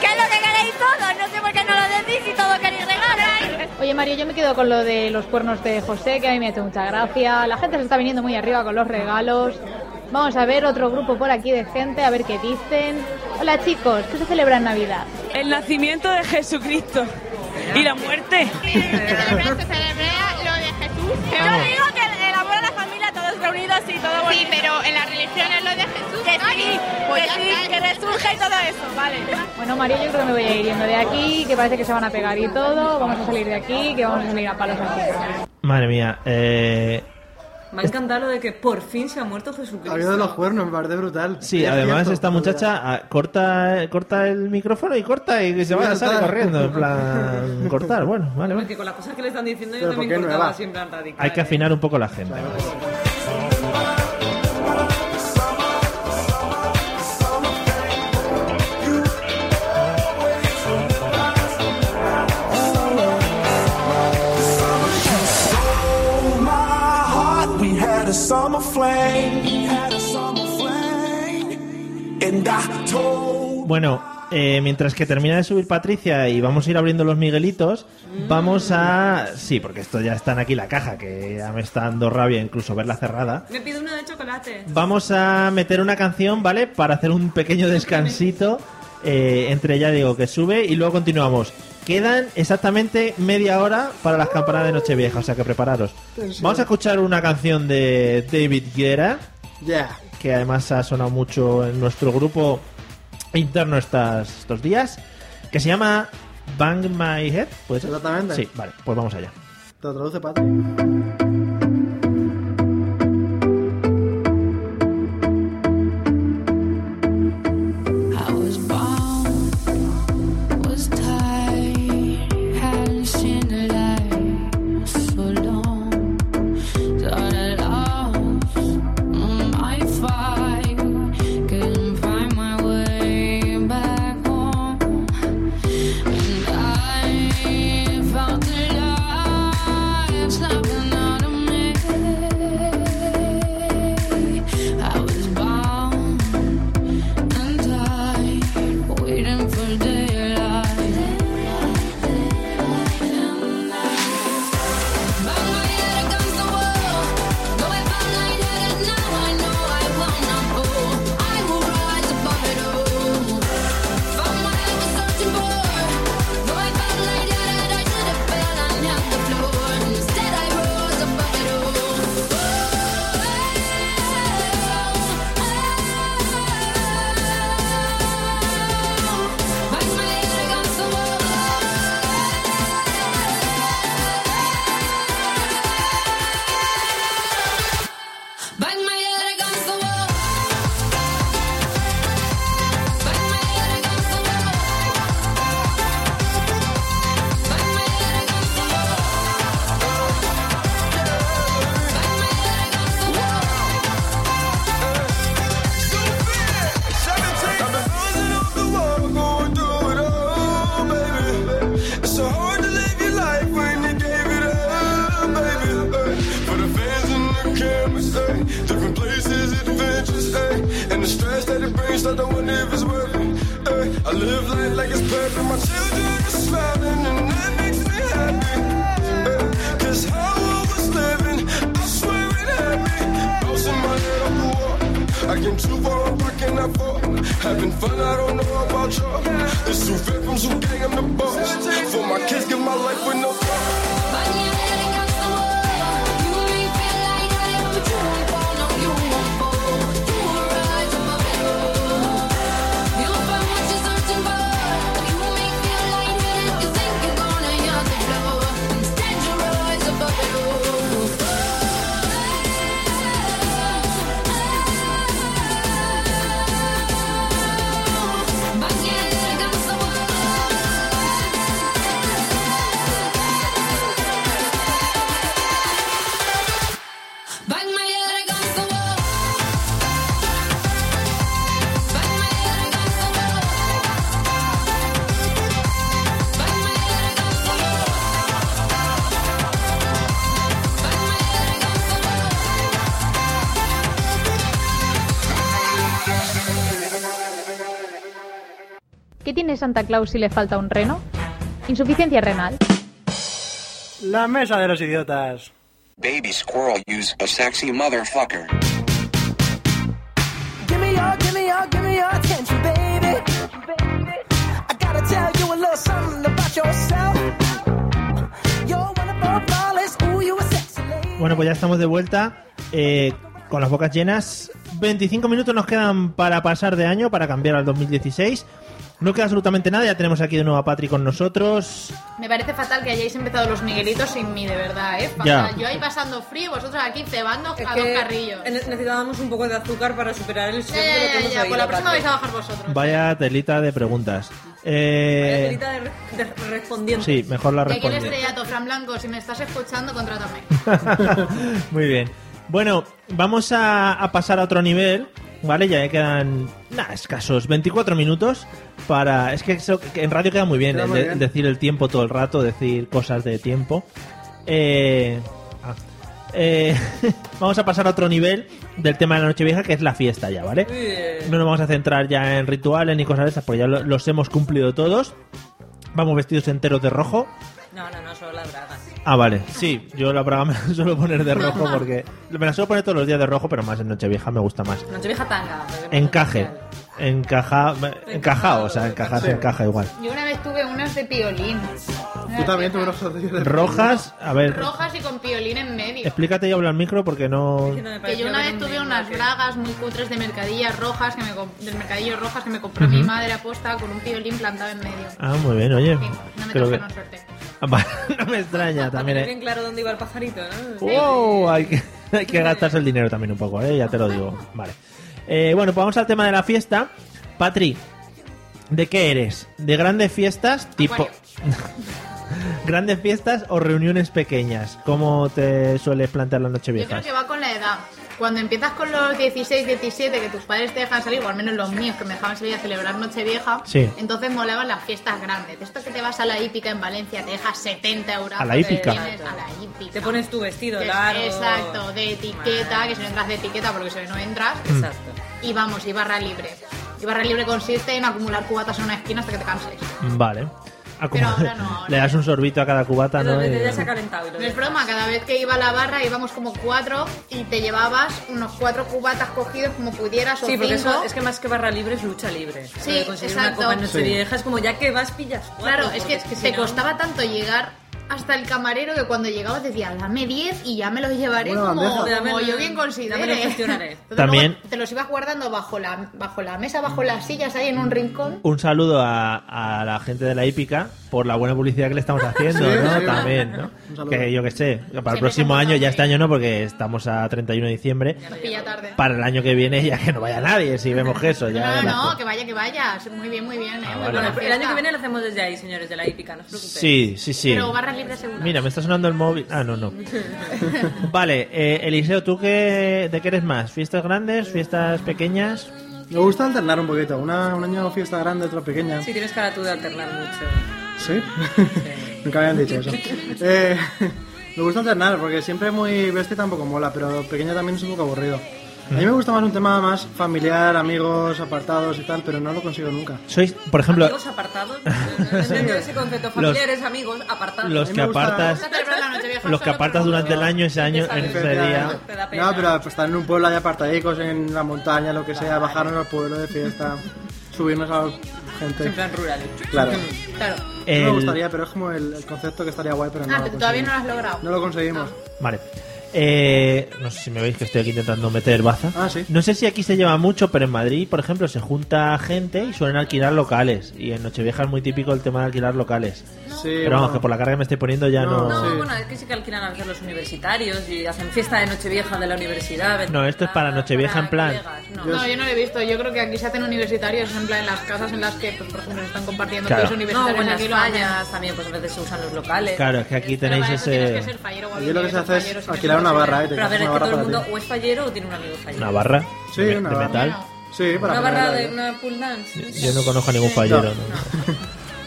Que es lo que queréis todos, no sé por qué no lo decís si todos queréis regalos. Oye, Mario, yo me quedo con lo de los cuernos de José, que a mí me ha hecho mucha gracia. La gente se está viniendo muy arriba con los regalos. Vamos a ver otro grupo por aquí de gente, a ver qué dicen. Hola, chicos, ¿qué se celebra en Navidad? El nacimiento de Jesucristo. Y la muerte. lo de Jesús. Vamos. Yo digo que el amor a la familia, todos reunidos y todo bonito. Sí, pero en la religión es lo de Jesús. pues Que sí, que, sí, que resurge y todo eso, vale. Bueno, Mario, yo creo que me voy a ir yendo de aquí, que parece que se van a pegar y todo. Vamos a salir de aquí, que vamos a salir a palos aquí. Madre mía, eh, Me ha encantado lo de que por fin se ha muerto Jesucristo. Había de los cuernos, me parece brutal. Sí, Es además cierto, esta joder. muchacha ah, corta, corta el micrófono y corta y se va a salir Cortar. corriendo. En plan, cortar, bueno, vale, vale. Porque con las cosas que le están diciendo yo Pero también porque no cortaba va. así en plan radical. Hay que ¿eh? afinar un poco la gente. Oh, my heart, we had a summer flame. We had a summer flame. And I told Bueno, eh, mientras que termina de subir Patricia y vamos a ir abriendo los Miguelitos, vamos a... Sí, porque esto ya están aquí la caja, que ya me está dando rabia incluso verla cerrada. Me pido uno de chocolate. Vamos a meter una canción, ¿vale? Para hacer un pequeño descansito eh, entre ya digo que sube y luego continuamos. Quedan exactamente media hora para las campanadas de Nochevieja, o sea que prepararos. Tensión. Vamos a escuchar una canción de David Guerra, Ya. que además ha sonado mucho en nuestro grupo interno estas, estos días, que se llama Bang My Head, ¿puede ser? Exactamente. Sí, vale, pues vamos allá. Te lo traduce, Patrick. I was bound, was tied, hadn't seen the light so long. Thought I lost my fight, couldn't find my way back home. And I felt the light snapping out of me. I was bound. And I waiting for daylight. Bang my head against the wall. Going by light-headed now. I know I will not fall. I will rise above it all. Found what I was searching for. Going by light-headed, I should have fell and hit the floor. Instead, I rose above it all. Bang my head against the wall. It's so hard to live your life when you gave it up, baby. Ay, for the fans and the cameras, ay, different places, adventures, ay, and the stress that it brings, I don't wonder if it's worth it. Ay, I live life like it's perfect. My children are smiling, and that makes me happy. Ay, Cause how I was living, I swear it had me bouncing my head off the wall. I came too far up, I cannot fall. Having fun, I don't know about y'all. It's two victims who gang, I'm the boss. For my kids, give my life with no thought. Bang your head against the wall. ¿Qué tiene Santa Claus si le falta un reno? Insuficiencia renal. La mesa de los idiotas. Baby squirrel, use a sexy motherfucker. Give me your, give me your, give me your attention, baby. I gotta tell you a little something about yourself. You're one of our flawless, ooh, you a sexy lady. Bueno, pues ya estamos de vuelta eh, con las bocas llenas. 25 minutos nos quedan para pasar de año, para cambiar al 2016. No queda absolutamente nada, ya tenemos aquí de nuevo a Patri con nosotros. Me parece fatal que hayáis empezado los Miguelitos sin mí, de verdad, ¿eh? Ya. Fatal. Yo ahí pasando frío, vosotros aquí cebando a dos que carrillos. ne- necesitábamos un poco de azúcar para superar el shock Ya, ya, de lo ya, que hemos ya, oído, pues la próxima Patri. vais a bajar vosotros. Vaya telita de preguntas. Vaya Eh, telita de re- de respondiendo. sí, mejor la Y aquí el responde. estrellato, Fran Blanco, si me estás escuchando, contrátame. Muy bien. Bueno, vamos a, a pasar a otro nivel, ¿vale? Ya quedan nada, escasos 24 minutos para... Es que, eso- que en radio queda muy bien, Queda el muy de- bien. decir el tiempo todo el rato, decir cosas de tiempo. Eh, ah, eh, vamos a pasar a otro nivel del tema de la Nochevieja, que es la fiesta ya, ¿vale? eh. No nos vamos a centrar ya en rituales ni cosas de esas, porque ya lo- los hemos cumplido todos. Vamos vestidos enteros de rojo. No, no, no, solo la braga. Ah, vale. Sí, yo la braga me la suelo poner de rojo porque. Me la suelo poner todos los días de rojo, pero más en Nochevieja me gusta más. Nochevieja tanga. Encaje. Encaja. Encajado, o sea, encaja, se Sí. encaja igual. Yo una vez tuve unas de piolín. Yo también tuve rojas de Rojas, a ver. Rojas y con piolín en medio. Explícate y habla al micro porque no. Que yo una vez tuve unas bragas muy cutres de mercadillas rojas, que me comp- del mercadillo rojas que me compró mi Ujú. madre aposta con un piolín plantado en medio. Ah, muy bien, oye. Sí, no me Creo que- trajeron suerte. Ah, vale, no me extraña también. Oh. Tener eh. bien claro dónde iba el pajarito, ¿no? Wow, hay que, hay que gastarse el dinero también un poco, ¿eh? ya te lo digo. Vale. Eh, bueno, pues vamos al tema de la fiesta. Patri, ¿de qué eres? ¿De grandes fiestas tipo... ¿Grandes fiestas o reuniones pequeñas? ¿Cómo te sueles plantear la noche Yo creo vieja? que va con la edad. Cuando empiezas con los 16, 17, que tus padres te dejan salir, o al menos los míos, que me dejaban salir a celebrar Nochevieja, Sí. entonces molaban las fiestas grandes. De esto que te vas a la hípica en Valencia, te dejas 70 euros. A la hípica. A la hípica. Te pones tu vestido Que es- largo. Exacto, de etiqueta, que si no entras de etiqueta, porque si no entras. Exacto. Y vamos, y barra libre. Y barra libre consiste en acumular cubatas en una esquina hasta que te canses. Vale. Ah, como- Pero ahora no, ahora Le das un sorbito a cada cubata, ¿no? Y- calentado. No es broma, cada vez que iba a la barra íbamos como cuatro y te llevabas unos cuatro cubatas cogidos como pudieras o Sí, porque cinco. eso es que más que barra libre es lucha libre. Lo Sí, de conseguir exacto. una copa en noche Sí. vieja es como ya que vas pillas cuatro, Claro, porque es que, si te no- costaba tanto llegar hasta el camarero que cuando llegabas decía, dame 10 y ya me los llevaré Una como, bandeja. como Dámelo- yo bien dámelo considere. gestionaré. Entonces También- luego te los ibas guardando bajo la, bajo la mesa, bajo las sillas ahí en un rincón. Un saludo a, a la gente de la hípica por la buena publicidad que le estamos haciendo, Sí, ¿no? sí. También, ¿no? Un saludo. Que yo que sé, que para el próximo año, ya este año no, porque estamos a 31 de diciembre. Pilla tarde. Para el año que viene ya que no vaya nadie, si vemos que eso. Ya No, la- no, que vaya, que vaya. Muy bien, muy bien. eh, muy vale. buena Bueno, El año que fiesta. viene lo hacemos desde ahí, señores de la hípica, no os preocupéis. Sí, sí, sí. Pero barras libres seguro. Mira, me está sonando el móvil. Ah, no, no. Vale, eh, Eliseo, ¿tú qué, de qué eres más? ¿Fiestas grandes? ¿Fiestas pequeñas? Me gusta alternar un poquito. Una, un año fiesta grande, otra pequeña. Sí, tienes cara tú de alternar mucho. ¿Sí? Nunca habían dicho eso. Eh, me gusta alternar porque siempre muy bestia tampoco mola, pero pequeña también es un poco aburrido. A mí me gusta más un tema más familiar, amigos, apartados y tal, pero no lo consigo nunca. Sois, por ejemplo, Amigos apartados. No entiendo ese concepto. Familiares, amigos, apartados. los que apartas- Vamos a celebrar la noche vieja los que solo apartas durante el año, ese año, en ese día. Te da pena. No, pero pues, estar en un pueblo hay apartadicos, en la montaña, lo que sea, bajarnos al pueblo de fiesta, subirnos a gente. En plan rural. Claro. Claro. No El- me gustaría, pero es como el, el concepto que estaría guay, pero no Ah, lo pues pero todavía no lo conseguimos. has logrado. No lo conseguimos. Ah, Vale. Eh, no sé si me veis que estoy aquí intentando meter baza. Ah, No sé si aquí se lleva mucho, pero en Madrid, por ejemplo, se junta gente y suelen alquilar locales. Y en Nochevieja es muy típico el tema de alquilar locales. pero vamos, bueno. que por la carga que me estoy poniendo ya no. No, bueno, es que sí que alquilan a veces los universitarios y hacen fiesta de Nochevieja de la universidad. No, esto es para Nochevieja en plan. No, yo no lo he visto. Yo creo que aquí se hacen universitarios, en plan en las casas en las que, pues, por ejemplo, se están compartiendo Claro. piso No, universitarios. con las aquí lo hacen. fallas también, pues a veces se usan los locales. Claro, es que aquí tenéis ese. Yo lo que se hace es alquilar una barra, ¿eh? Te Pero a coges ver, es una que todo barra el para mundo ti. o es fallero o tiene un amigo fallero. ¿Una barra? Sí, de, una de barra. metal. Sí, para Una barra ponerla de ahí. una pool dance. Yo no conozco a ningún fallero. ¿no?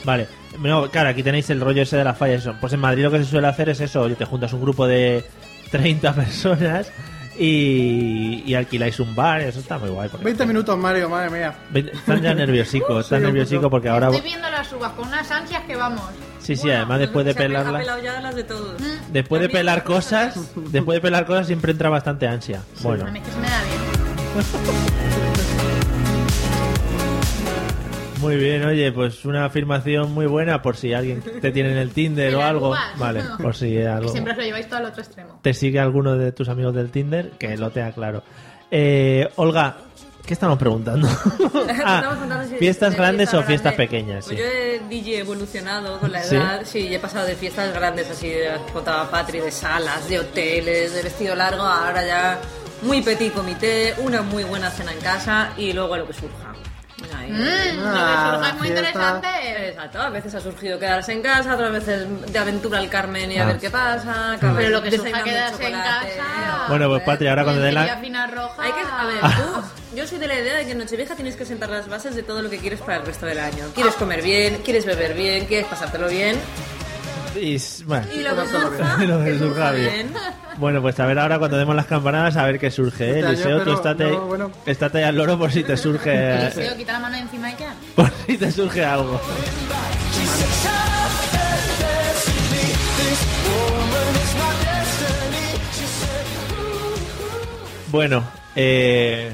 Vale. No, claro, aquí tenéis el rollo ese de las fallas. Pues en Madrid lo que se suele hacer es eso. oye, Te juntas un grupo de 30 personas y, y alquiláis un bar, eso está muy guay. porque- 20 minutos, Mario, madre mía. Ve- Están ya nerviosico, están Sí, nerviosico porque ahora... Estoy viendo las uvas con unas ansias que vamos. Sí, sí, además después de pelarlas... ya las de todos. Mm. Después de pelar cosas, después de pelar cosas siempre entra bastante ansia. Bueno, A mí es que se me da bien. muy bien, oye, pues una afirmación muy buena por si alguien te tiene en el Tinder o Pelar algo. uvas. Vale, por si Que algo... siempre os lo lleváis todo al otro extremo. te sigue alguno de tus amigos del Tinder, que lo tenga claro. Eh, Olga, ¿qué estamos preguntando? Ah, Estamos contando si- ¿fiestas de grandes fiesta o fiestas grande. pequeñas? Pues Sí. yo he DJ evolucionado con la ¿Sí? edad. Sí, he pasado de fiestas grandes, así de las que contaba Patri, de salas, de hoteles, de vestido largo, ahora ya muy petit comité, una muy buena cena en casa y luego lo que surja. Ahí. Mm, lo que Ah, surja es muy fiesta. interesante. Exacto, a veces ha surgido quedarse en casa, otras veces de aventura al Carmen y a Ah. ver qué pasa. Pero acabar lo que surja desayunando quedarse en chocolate. Bueno, pues Patria, ahora cuando dé la... Ah. fina roja. Hay que, a ver, tú, yo soy de la idea de que en Nochevieja tienes que sentar las bases de todo lo que quieres para el resto del año. Quieres comer bien, quieres beber bien, quieres pasártelo bien. y s- bueno. Y lo que surja, Lo que que surja surja bien. bien. Bueno, pues a ver ahora cuando demos las campanadas a ver qué surge, ¿eh? Este año, Eliseo, tú pero estate, no, bueno. estate al loro por si te surge... Eliseo, quita la mano de encima y ya. por si te surge algo. Bueno, eh,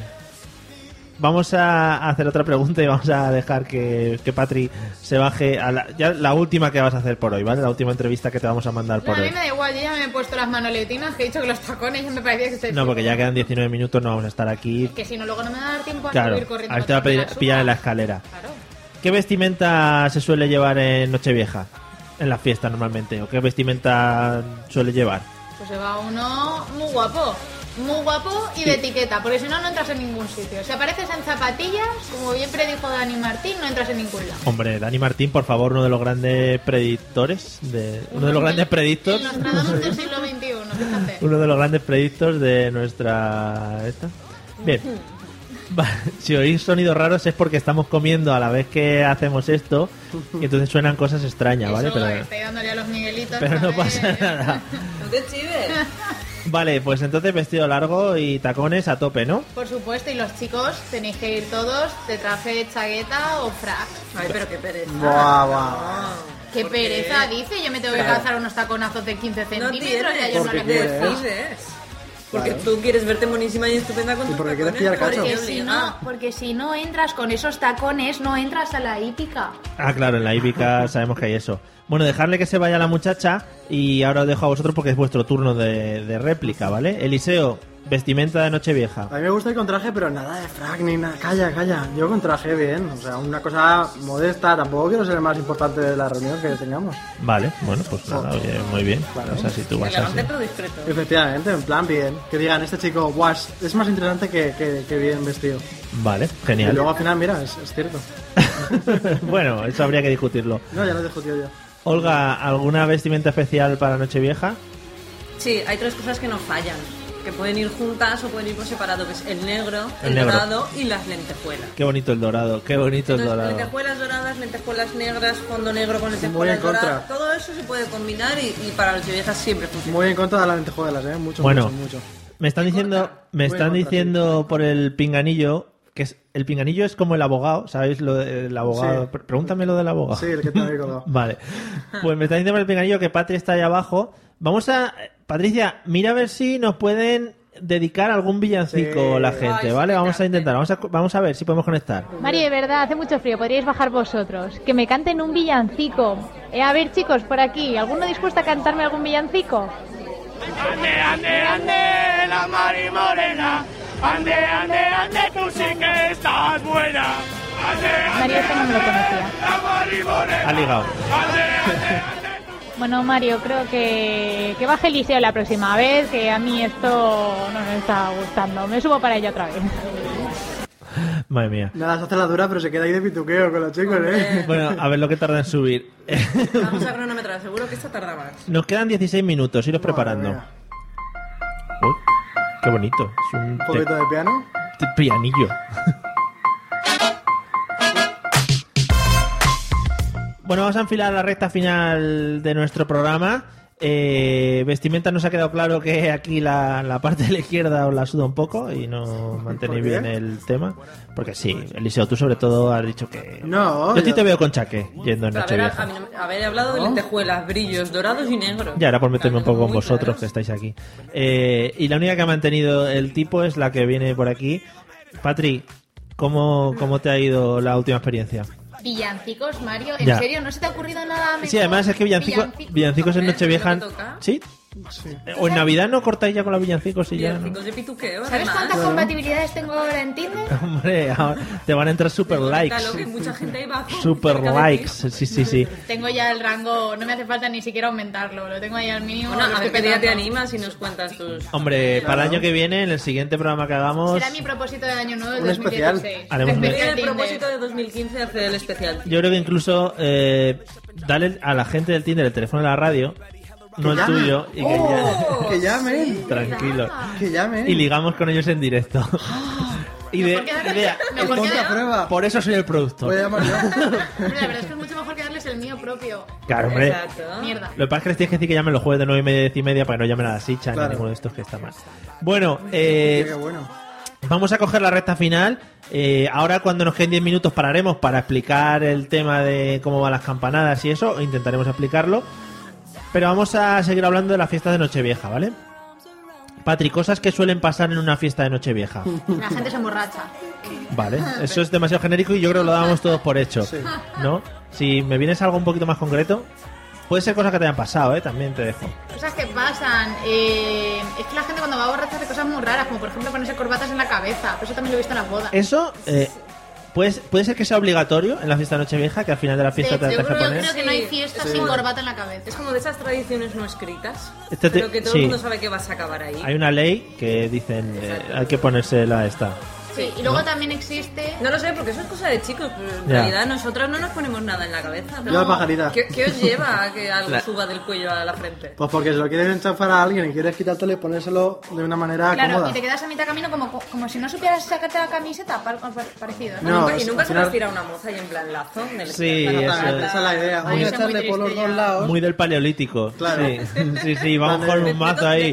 vamos a hacer otra pregunta y vamos a dejar que, que Patri se baje a la, ya la última que vas a hacer por hoy, ¿vale? La última entrevista que te vamos a mandar No, por a mí hoy. me da igual, yo ya me he puesto las manoletinas, que he dicho que los tacones ya me parecía que se... No, porque ya quedan 19 minutos, no vamos a estar aquí. Que si no, luego no me va a dar tiempo a Claro, subir corriendo. a ver, te va a todas pedir- las uvas. pillar en la escalera. ¿Qué vestimenta se suele llevar en Nochevieja? En las fiestas normalmente. ¿O qué vestimenta suele llevar? Pues se va uno muy guapo. Muy guapo y de etiqueta, porque si no, no entras en ningún sitio. Si apareces en zapatillas, como bien predijo Dani Martín, no entras en ningún lado. Hombre, Dani Martín, por favor, uno de los grandes predictores. De, uno de los grandes predictors. Nos tratamos del siglo XXI, fíjate. Uno de los grandes predictors de nuestra. Esta. Bien. Va, Si oís sonidos raros es porque estamos comiendo a la vez que hacemos esto y entonces suenan cosas extrañas, ¿vale? Eso, Pero, estoy dándole a los Miguelitos. pero no ¿sabes? pasa nada. No te chives. Vale, pues entonces vestido largo y tacones a tope, ¿no? Por supuesto, y los chicos tenéis que ir todos de traje, chagueta o frac. Ay, pero qué pereza. Buah, buah. Qué ¿por qué? pereza, dice. Yo me tengo que Claro. calzar unos taconazos de 15 No centímetros y a tienes, ellos no porque ¿eh? les gusta. decides. Porque tú quieres verte monísima y estupenda con tus porque quieres tacones, pillar pero cacho. te Porque si, obliga. no, porque si no entras con esos tacones, no entras a la hípica. Ah, claro, en la hípica sabemos que hay eso. Bueno, dejarle que se vaya la muchacha y ahora os dejo a vosotros porque es vuestro turno de, de réplica, ¿vale? Eliseo, vestimenta de Nochevieja. A mí me gusta ir con traje, pero nada de frac ni nada. Calla, calla. Yo con traje bien. O sea, una cosa modesta. Tampoco quiero ser el más importante de la reunión que tengamos. Vale, bueno, pues nada, oye, muy bien. O sea, si tú vas así. Pero discreto. Efectivamente, en plan bien. Que digan, este chico, guau, es- es más interesante que, que- que bien vestido. Vale, Y genial. luego al final, mira, es, es cierto. bueno, eso habría que discutirlo. No, ya lo dejo, tío, ya. Olga, ¿alguna vestimenta especial para Nochevieja? Sí, hay tres cosas que no fallan. Que pueden ir juntas o pueden ir por separado, que es el negro, El el, negro. dorado y las lentejuelas. Qué bonito el dorado, qué bonito el Entonces, dorado. lentejuelas doradas, lentejuelas negras, fondo negro con lentejuelas en contra. doradas. Todo eso se puede combinar y, y para los viejas siempre funciona. Muy en contra de las lentejuelas, ¿eh? Mucho, Bueno. mucho, mucho. Me están diciendo, me Voy están contra, diciendo por el pinganillo que es, el pinganillo es como el abogado, ¿sabéis? Lo del abogado. Sí. Pre- Pregúntame lo del abogado. Sí, el que te había colgado. Vale. Pues me está diciendo por el pinganillo que Patri está ahí abajo. Vamos a. Patricia, mira a ver si nos pueden dedicar algún villancico Sí. la gente, Ay, ¿vale? Vamos a intentar, vamos a, vamos a ver si podemos conectar. Mario, de verdad, hace mucho frío, podríais bajar vosotros. Que me canten un villancico. Eh, a ver, chicos, por aquí, ¿alguno dispuesta a cantarme algún villancico? Ande, ande, ande, la mari morena. Ande, ande, ande, tú sí que estás buena. Ande, Mario, esto este no me lo conocía. la mari morena. Ha ligado. Bueno, Mario, creo que, que baje el liceo la próxima vez, que a mí esto no me está gustando. Me subo para ello otra vez. Madre mía. Nada, se hace la dura, pero se queda ahí de pituqueo con los chicos, ¿eh? Bueno, a ver lo que tarda en subir. Vamos a cronometrar, seguro que esta tarda más. Nos quedan 16 minutos, iros preparando. Uy, qué bonito. Es un Un poquito de piano. te- te- pianillo. bueno, vamos a enfilar la recta final de nuestro programa. Eh, vestimenta nos ha quedado claro que aquí la, la parte de la izquierda os la suda un poco y no mantenéis ¿Por qué? bien el tema. Porque sí, Eliseo, tú sobre todo has dicho que... No, Yo a ti yo- te veo con chaque yendo en A noche ver, vieja. a mí no me- haber hablado de lentejuelas, brillos dorados y negros. Oh. Ya, ahora por meterme un poco con vosotros que estáis aquí. Eh, y la única que ha mantenido el tipo es la que viene por aquí. Patri, ¿cómo, cómo te ha ido la última experiencia? Villancicos, Mario, ¿en Ya. serio? ¿No se te ha ocurrido nada mejor? Sí, además es que villancico- Villancico- villancicos en Nochevieja... ¿Lo que toca? ¿Sí? ¿O en Navidad no cortáis ya con los villancicos y ya no? Villancicos de pituqueo, ¿Sabes además. cuántas compatibilidades tengo ahora en Tinder? Hombre, ahora te van a entrar super likes. Claro que mucha gente ahí va. Super cerca de likes, sí, sí, sí. Tengo ya el rango, no me hace falta ni siquiera aumentarlo, lo tengo ahí al mínimo. Bueno, lo a ver estoy qué día te petando. animas y nos cuentas tus... Hombre, para el año que viene, en el siguiente programa que hagamos, Será mi propósito de año nuevo del Un especial. 2016. Haremos un- Despedir el El Tinder. propósito de 2015 hacer el especial. yo creo que incluso eh, dale a la gente del Tinder el teléfono de la radio, no el llame. tuyo, y que Oh, Que llamen. ya, tranquilo. Que llamen. Y ligamos con ellos en directo. y de, quedaron- idea, mejor Ponte a quedaron- prueba. por eso soy el productor. Hombre, la verdad es que es mucho mejor que darles el mío propio. Claro, hombre. Mierda. Lo que pasa es que les tienes que decir que llamen los jueves de 9 y media, 10 y media, para que no llamen a la Sicha ni a Claro. ninguno de estos que está mal. Bueno, eh, Qué bueno. Vamos a coger la recta final. Eh, ahora cuando nos queden 10 minutos pararemos para explicar el tema de cómo van las campanadas y eso. Intentaremos explicarlo. Pero vamos a seguir hablando de la fiesta de Nochevieja, ¿vale? Patri, cosas que suelen pasar en una fiesta de Nochevieja. La gente se emborracha. Vale, eso es demasiado genérico y yo creo que lo dábamos todos por hecho. ¿No? Si me vienes algo un poquito más concreto, puede ser cosas que te hayan pasado, ¿eh? También te dejo. Cosas que pasan. eh, es que la gente cuando va borracha hace cosas muy raras, como por ejemplo ponerse corbatas en la cabeza. Pero eso también lo he visto en las bodas. Eso, eh, puede, puede ser que sea obligatorio en la fiesta de Nochevieja, que al final de la fiesta De- te yo la que creo- poner. creo que no hay fiesta sin corbata en la cabeza. Es como de esas tradiciones no escritas. Este te- pero que todo sí. el mundo sabe que vas a acabar ahí. Hay una ley que dicen eh, hay que ponerse la esta. Sí, y luego también existe. No lo sé, porque eso es cosa de chicos. Pero en Ya. realidad, nosotros no nos ponemos nada en la cabeza. ¿no? Yo al pajarita. ¿Qué, qué os lleva a que algo La- suba del cuello a la frente? Pues porque se lo quieres enchufar a alguien y quieres quitártelo y ponérselo de una Ah, manera Claro, cómoda. y te quedas a mitad camino como, como si no supieras sacarte la camiseta, par- par- parecido. No, Nunca- y es- nunca al se nos final- tira una moza y en plan lazo. del- Sí, para- eso para- es. Esa es la idea. Ay, Voy a eso es muy echarle por los triste dos ya. lados. Muy del paleolítico. Claro. Sí, sí, sí, vamos con un mazo ahí.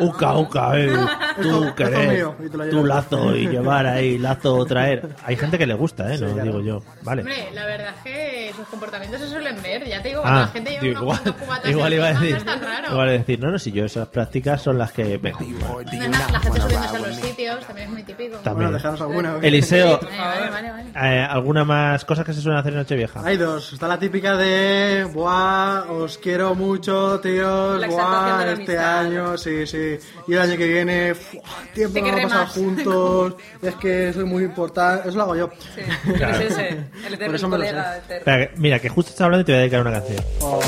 Uca, uca, eh. Tú querés mío, y te lo tu llevas. lazo y llevar ahí, lazo traer. Hay gente que le gusta, eh, no digo yo. Vale. Hombre, la verdad es que sus comportamientos se suelen ver. Ya te digo, cuando Ah, la gente lleva digo, unos igual, cuantos cubatas igual iba a encima, decir, no es tan raro. igual iba a decir, no, no, si yo esas prácticas son las que vengo. Además, la gente subiéndose a los sitios también es muy típico. También. alguna, ¿o qué? Eliseo, Vale, vale, vale, vale. eh, ¿alguna más cosas que se suelen hacer en Nochevieja? Hay dos. Está la típica de. Buah, os quiero mucho, tíos. La exaltación Buah, de la este amistad. año, sí, sí. Y el año que viene, fuah, tiempo Te que vamos a querré pasar más. juntos. es que soy muy importante. Eso lo hago yo. Claro. Es ese, el Por eterno eso me lo sé. colega. eterno. Espera, que- mira, que justo está hablando y te voy a dedicar una canción. Oh.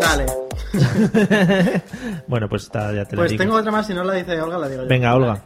Dale. bueno, pues está, ya te lo Pues digo. tengo otra más, si no la dice Olga, la digo yo. Venga, Olga.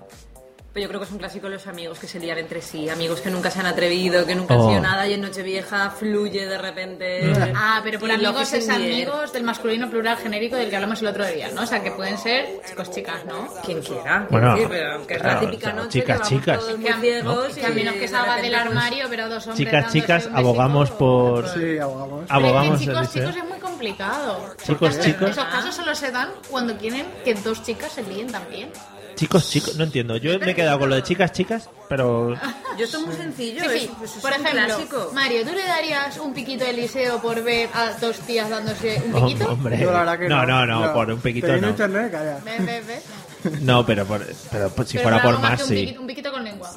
Pero yo creo que es un clásico los amigos que se lían entre sí, amigos que nunca se han atrevido, que nunca Oh. Mm. han sido nada y en Nochevieja fluye de repente. Ah, pero por Y lo amigos que es sin leer. amigos del masculino plural genérico del que hablamos el otro día, ¿no? O sea, que pueden ser chicos, chicas, ¿no? Quien quiera. Bueno, Sí, pero que es la claro, típica o sea, noche chicas, que vamos chicas. todos muy ciegos Que a menos y que de salga repente, del pues, armario, pero dos hombres Chicas, dándose chicas, un besito. abogamos por... Sí, abogamos. Abogamos, Pero es que Eliseo. chicos, chicos es muy complicado. Chicos, Esos- chicos. Esos casos solo se dan cuando quieren que dos chicas se líen también. Chicos, chicos, no entiendo. Yo me he quedado con lo de chicas, chicas, pero... Yo estoy muy sencillo. Sí, es- sí. pues es por un ejemplo, clásico. Mario, ¿tú le darías un piquito de liceo por ver a dos tías dándose un piquito? hombre. Yo la verdad que no, no, no. no, Claro. por un Te piquito viene no. internet, calla. Ve, ve, ve. No, pero, por- pero pues, si Pero fuera nada por más más, que Un sí. piquito, un piquito con lengua.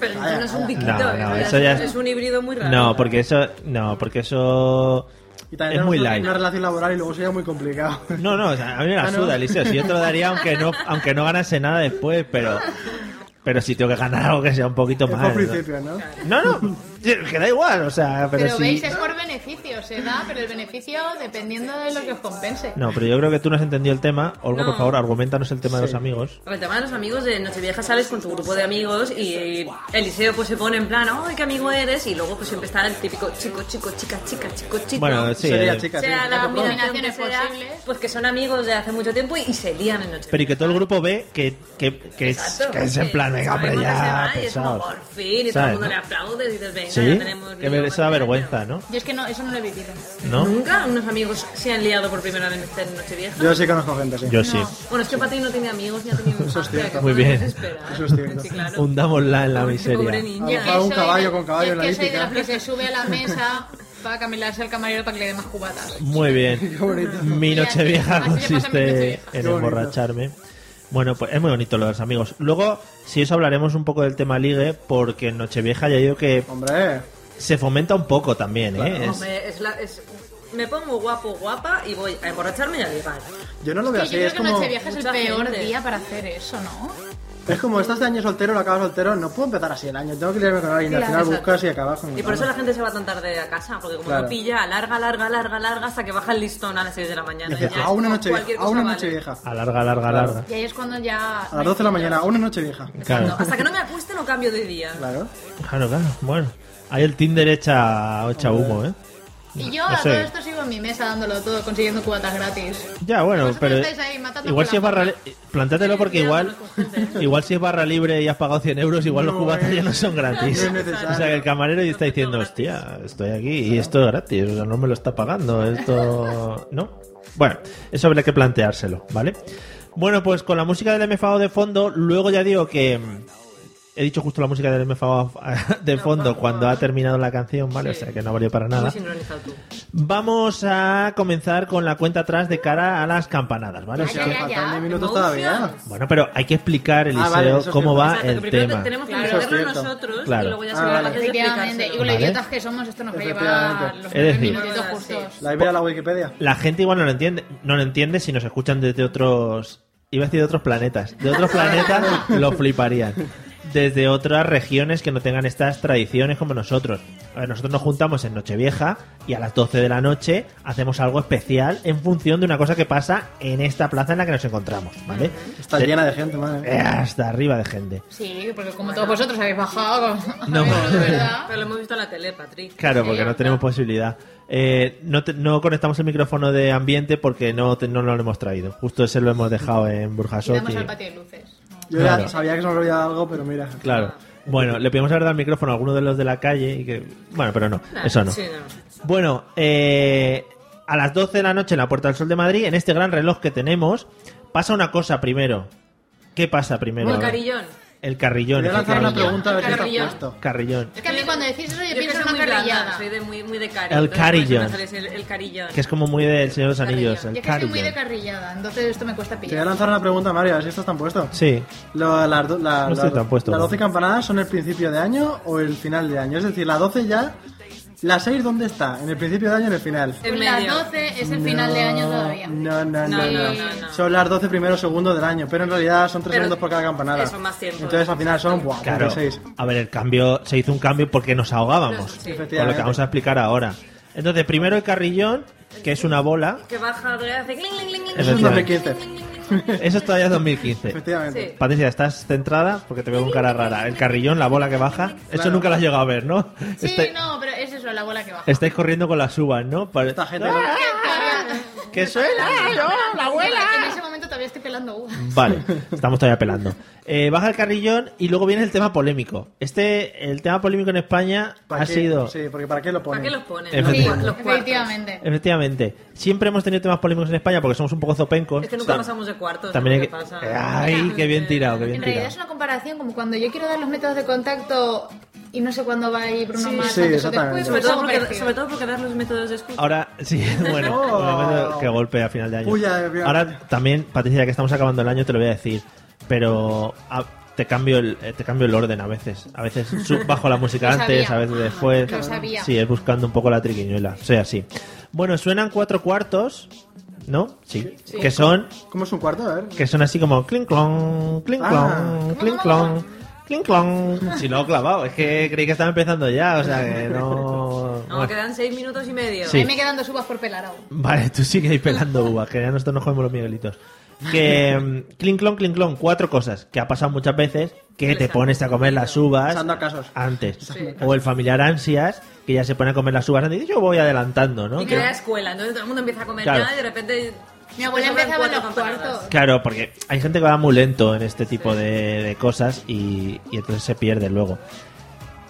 Pero eso no es un piquito, No, ¿eh? no, O sea, eso ya es- es un híbrido muy raro. No, porque eso... No, porque eso... Y también Es tenemos muy una- light. Una relación laboral y luego sería muy complicado. No, no, o sea, a mí me la Ah, ¿no? suda, Eliseo. Si yo te lo daría aunque no, aunque no ganase nada después, pero... Pero si tengo que ganar algo que sea un poquito Por más. ¿no? principio, ¿no? No, no, que da igual, o sea, pero, Pero, si... veis, es por beneficio, se da, pero el beneficio dependiendo de lo que os compense. No, pero yo creo que tú no has entendido el tema. Olga, No. por favor, argumentanos el tema de los amigos. El tema de los amigos de Nochevieja sales con tu grupo de amigos y Eliseo pues se pone en plan, ¡ay, qué amigo eres! Y luego pues siempre está el típico chico, chico, chica, chica, chico, chico. Bueno, sí, Sería eh, chica, sea sí. la Las combinación que combinaciones sea, posibles. pues que son amigos de hace mucho tiempo y, y se lían en Nochevieja. Pero y que todo el grupo ve que, que, que, es, Exacto, que es en que plan, venga, hombre, sabemos que se va ya, y es como, pesados. por fin, y todo el ¿Sabes, mundo no? le aplaude y dices, venga, ya Sí, tenemos... que me- eso da vergüenza, ¿no? Yo es que no, Eso no lo he vivido. ¿No? ¿Nunca unos amigos se han liado por primera vez en Nochevieja? Yo sí conozco gente, sí. Yo sí. Bueno, es que Pati no tenía amigos ni ha tenido Eso es infancia, cierto. que Muy no nos bien. espera. Eso es cierto. Sí, claro. Hundámosla en la miseria. Pobre niña. A un caballo con caballo en la Yo es que soy de hípica. los que se sube a la mesa para camelarse al camarero para que le dé más cubatas. Muy bien. Mi noche vieja Así le pasa a mi consiste Nochevieja. en Qué bonito. emborracharme. Bueno, pues es muy bonito lo de los amigos. Luego, si eso hablaremos un poco del tema ligue, porque en Nochevieja ya digo que Hombre, se fomenta un poco también, ¿eh? Es- Hombre, es la- es- me pongo guapo, guapa y voy a emborracharme y a ligar. yo no lo Sí, yo veo así. creo Es que como, Nochevieja es el Mucha peor gente. día para hacer eso, ¿no? es como estás de año soltero, lo acabas soltero. No puedo empezar así el año. Tengo que irme con alguien. y Al Claro, final exacto. buscas y acabas con Y por eso la gente se va tan tarde a casa, porque como Claro. no pilla, larga, larga, larga, larga, hasta que baja el listón a las 6 de la mañana. Dices, y ya es a una como noche cualquier vieja, a cosa una vale. noche vieja. A larga, larga, larga. Y ahí es cuando ya... A las 12 de la mañana, a una noche vieja. Claro, No, hasta que no me acueste no cambio de día. Claro. claro, claro. Bueno, ahí el Tinder echa, echa humo, ¿eh? Y yo No a sé. todo esto sigo en mi mesa dándolo todo, consiguiendo cubatas gratis. Ya, bueno, Vosotros pero estáis ahí matando igual por si la es barra... boca. li- Plantátelo porque igual igual si es barra libre y has pagado 100 euros, igual los No, cubatas eh. ya no son gratis. No es necesario. o sea, que el camarero ya está diciendo, hostia, estoy aquí y esto es gratis, o sea, no me lo está pagando, esto... ¿No? Bueno, eso habrá que planteárselo, ¿vale? Bueno, pues con la música del MFAO de fondo, luego ya digo que... mm, He dicho justo la música del MFAO de fondo cuando ha terminado la canción, ¿vale? O sea, que no ha valido para Muy nada. sincronizado tú. Vamos a comenzar con la cuenta atrás de cara a las campanadas, ¿vale? O Si sea, hace falta 10 minutos todavía. ¿eh? bueno, pero hay que explicar, Eliseo, Ah, vale, eso es cómo cierto. va Exacto, que el primero tema. te- tenemos que Claro. verlo Eso es cierto. nosotros Claro. y luego ya Ah, se va a vale. hacer Efectivamente, y con lo Vale. idiotas que somos, esto nos va a llevar Efectivamente. los Es primeros decir- minutitos justos. La idea a la Wikipedia. La gente igual no lo entiende, no lo entiende si nos escuchan desde otros, iba a decir de otros planetas, de otros planetas lo fliparían. Desde otras regiones que no tengan estas tradiciones como nosotros. A ver, Nosotros nos juntamos en Nochevieja y a las 12 de la noche hacemos algo especial en función de una cosa que pasa en esta plaza en la que nos encontramos, ¿vale? Está Eh, llena de gente, madre. eh, Hasta arriba de gente. Sí, porque como todos vosotros habéis bajado, No. no, verdad. Pero lo hemos visto en la tele, Patrick. Claro, porque no tenemos posibilidad. Eh, no, te- no conectamos el micrófono de ambiente porque no, te- no lo hemos traído. Justo ese lo hemos dejado en Y Burjasot. damos y- al patio de luces. Yo ya Claro. sabía que se me olvidaba algo, pero mira. Claro. Bueno, le pedimos haber dado el micrófono a alguno de los de la calle y que... Bueno, pero no, Nah, eso no. sí, no. Bueno, eh, a las 12 de la noche en la Puerta del Sol de Madrid, en este gran reloj que tenemos, pasa una cosa primero. ¿Qué pasa primero? El carillón. El carrillón. Voy a lanzar una efectivamente. pregunta a ver si está Carrillón. puesto. Carrillón. Es que a mí cuando decís eso yo, Yo que pienso soy en una muy blanda, carrillada. soy de muy, muy de cari. El entonces por eso me carillón. sale el, el carillón. Que es como muy del Señor de los Carrillón. Anillos. El Yo que soy muy de carillón. carrillada, entonces esto me cuesta Te voy a pillar. lanzar una pregunta, Mario, a ver si esto está puesto. Sí. Lo- las, do- la- No estoy las- tan puesto, ¿Las ¿no? 12 campanadas son el principio de año o el final de año? Es decir, las 12 ya. ¿Las 6 dónde está? ¿En el principio de año o en el final? En Las medio. 12 es el final de año todavía. No, no, no, Este No, no, no. no, no. Son las 12 primeros segundos del año, pero en realidad son 3 Pero segundos por cada campanada. eso, más tiempo. ¿eh? Entonces al final son wow, Claro. 36. A ver, el cambio, se hizo un cambio porque nos ahogábamos. Sí. Con lo que vamos a explicar ahora. Entonces, primero el carrillón, que es una bola. Que baja, hace cling, cling, cling, cling. Eso es Efectivamente. 2015. Eso es todavía 2015. Efectivamente. Sí. Patricia, ¿estás centrada? Porque te veo con cara rara. El carrillón, la bola que baja. Eso Claro. nunca lo has llegado a ver, ¿no? Sí, Estáis- no, pero es eso, la bola que baja. Estáis corriendo con las uvas, ¿no? Para- Esta gente. Eh, ¡Ah! ¡Que suena! ¡No, la abuela! En ese momento todavía estoy pelando uvas. Vale, estamos todavía pelando. Eh, baja el carrillón y luego viene el tema polémico. Este, el tema polémico en España ¿para ha qué? sido... Sí, porque ¿para qué lo ¿Para ponen? qué los ponen? Efectivamente. Los cuartos. Efectivamente. Efectivamente. Siempre hemos tenido temas polémicos en España porque somos un poco zopencos. Es que nunca Ta- pasamos de cuartos. También hay ¿qué que... pasa? ¡Ay, qué bien tirado, qué bien En realidad tirado! es una comparación como cuando yo quiero dar los métodos de contacto y no sé cuándo va a ir Bruno Sí, Mars sí, antes o exactamente. después, Sobre pues todo, algo porque, parecido. sobre todo porque dar los métodos de escucha. Ahora, sí, bueno, Oh. bueno, qué golpe a final de año. Uy, ya, ya. Ahora también, Patricia, que estamos acabando el año, te lo voy a decir, pero ah, te cambio el eh, te cambio el orden a veces. A veces sub- bajo la música Lo antes, sabía. a veces después. Lo sabía. Sí, es buscando un poco la triquiñuela, soy así. Bueno, suenan cuatro cuartos, ¿no? Sí. Que son ¿Cómo es un cuarto? A ver. que son así como clink clon, clink clon, Ah. clink clon, clink clon. Si lo he clavado, es que creí que estaba empezando ya, o sea que no. No, Bueno. quedan seis minutos y medio. Sí. A mí me quedan dos uvas por pelar aún. Vale, tú sigues ahí pelando uvas, que ya nosotros nos comemos los miguelitos. Que mm, clink clon, clink clon, cuatro cosas que ha pasado muchas veces que te pones a comer las uvas Se han dado casos. antes. O el familiar ansias, que ya se pone a comer las uvas antes y yo voy adelantando, ¿no? Y Que- que era escuela, entonces todo el mundo empieza a comer Claro. ya y de repente. Mi abuela te sobran empezaba en los cuatro campanadas. cuartos. Claro, porque hay gente que va muy lento en este tipo de, de cosas y, y entonces se pierde luego.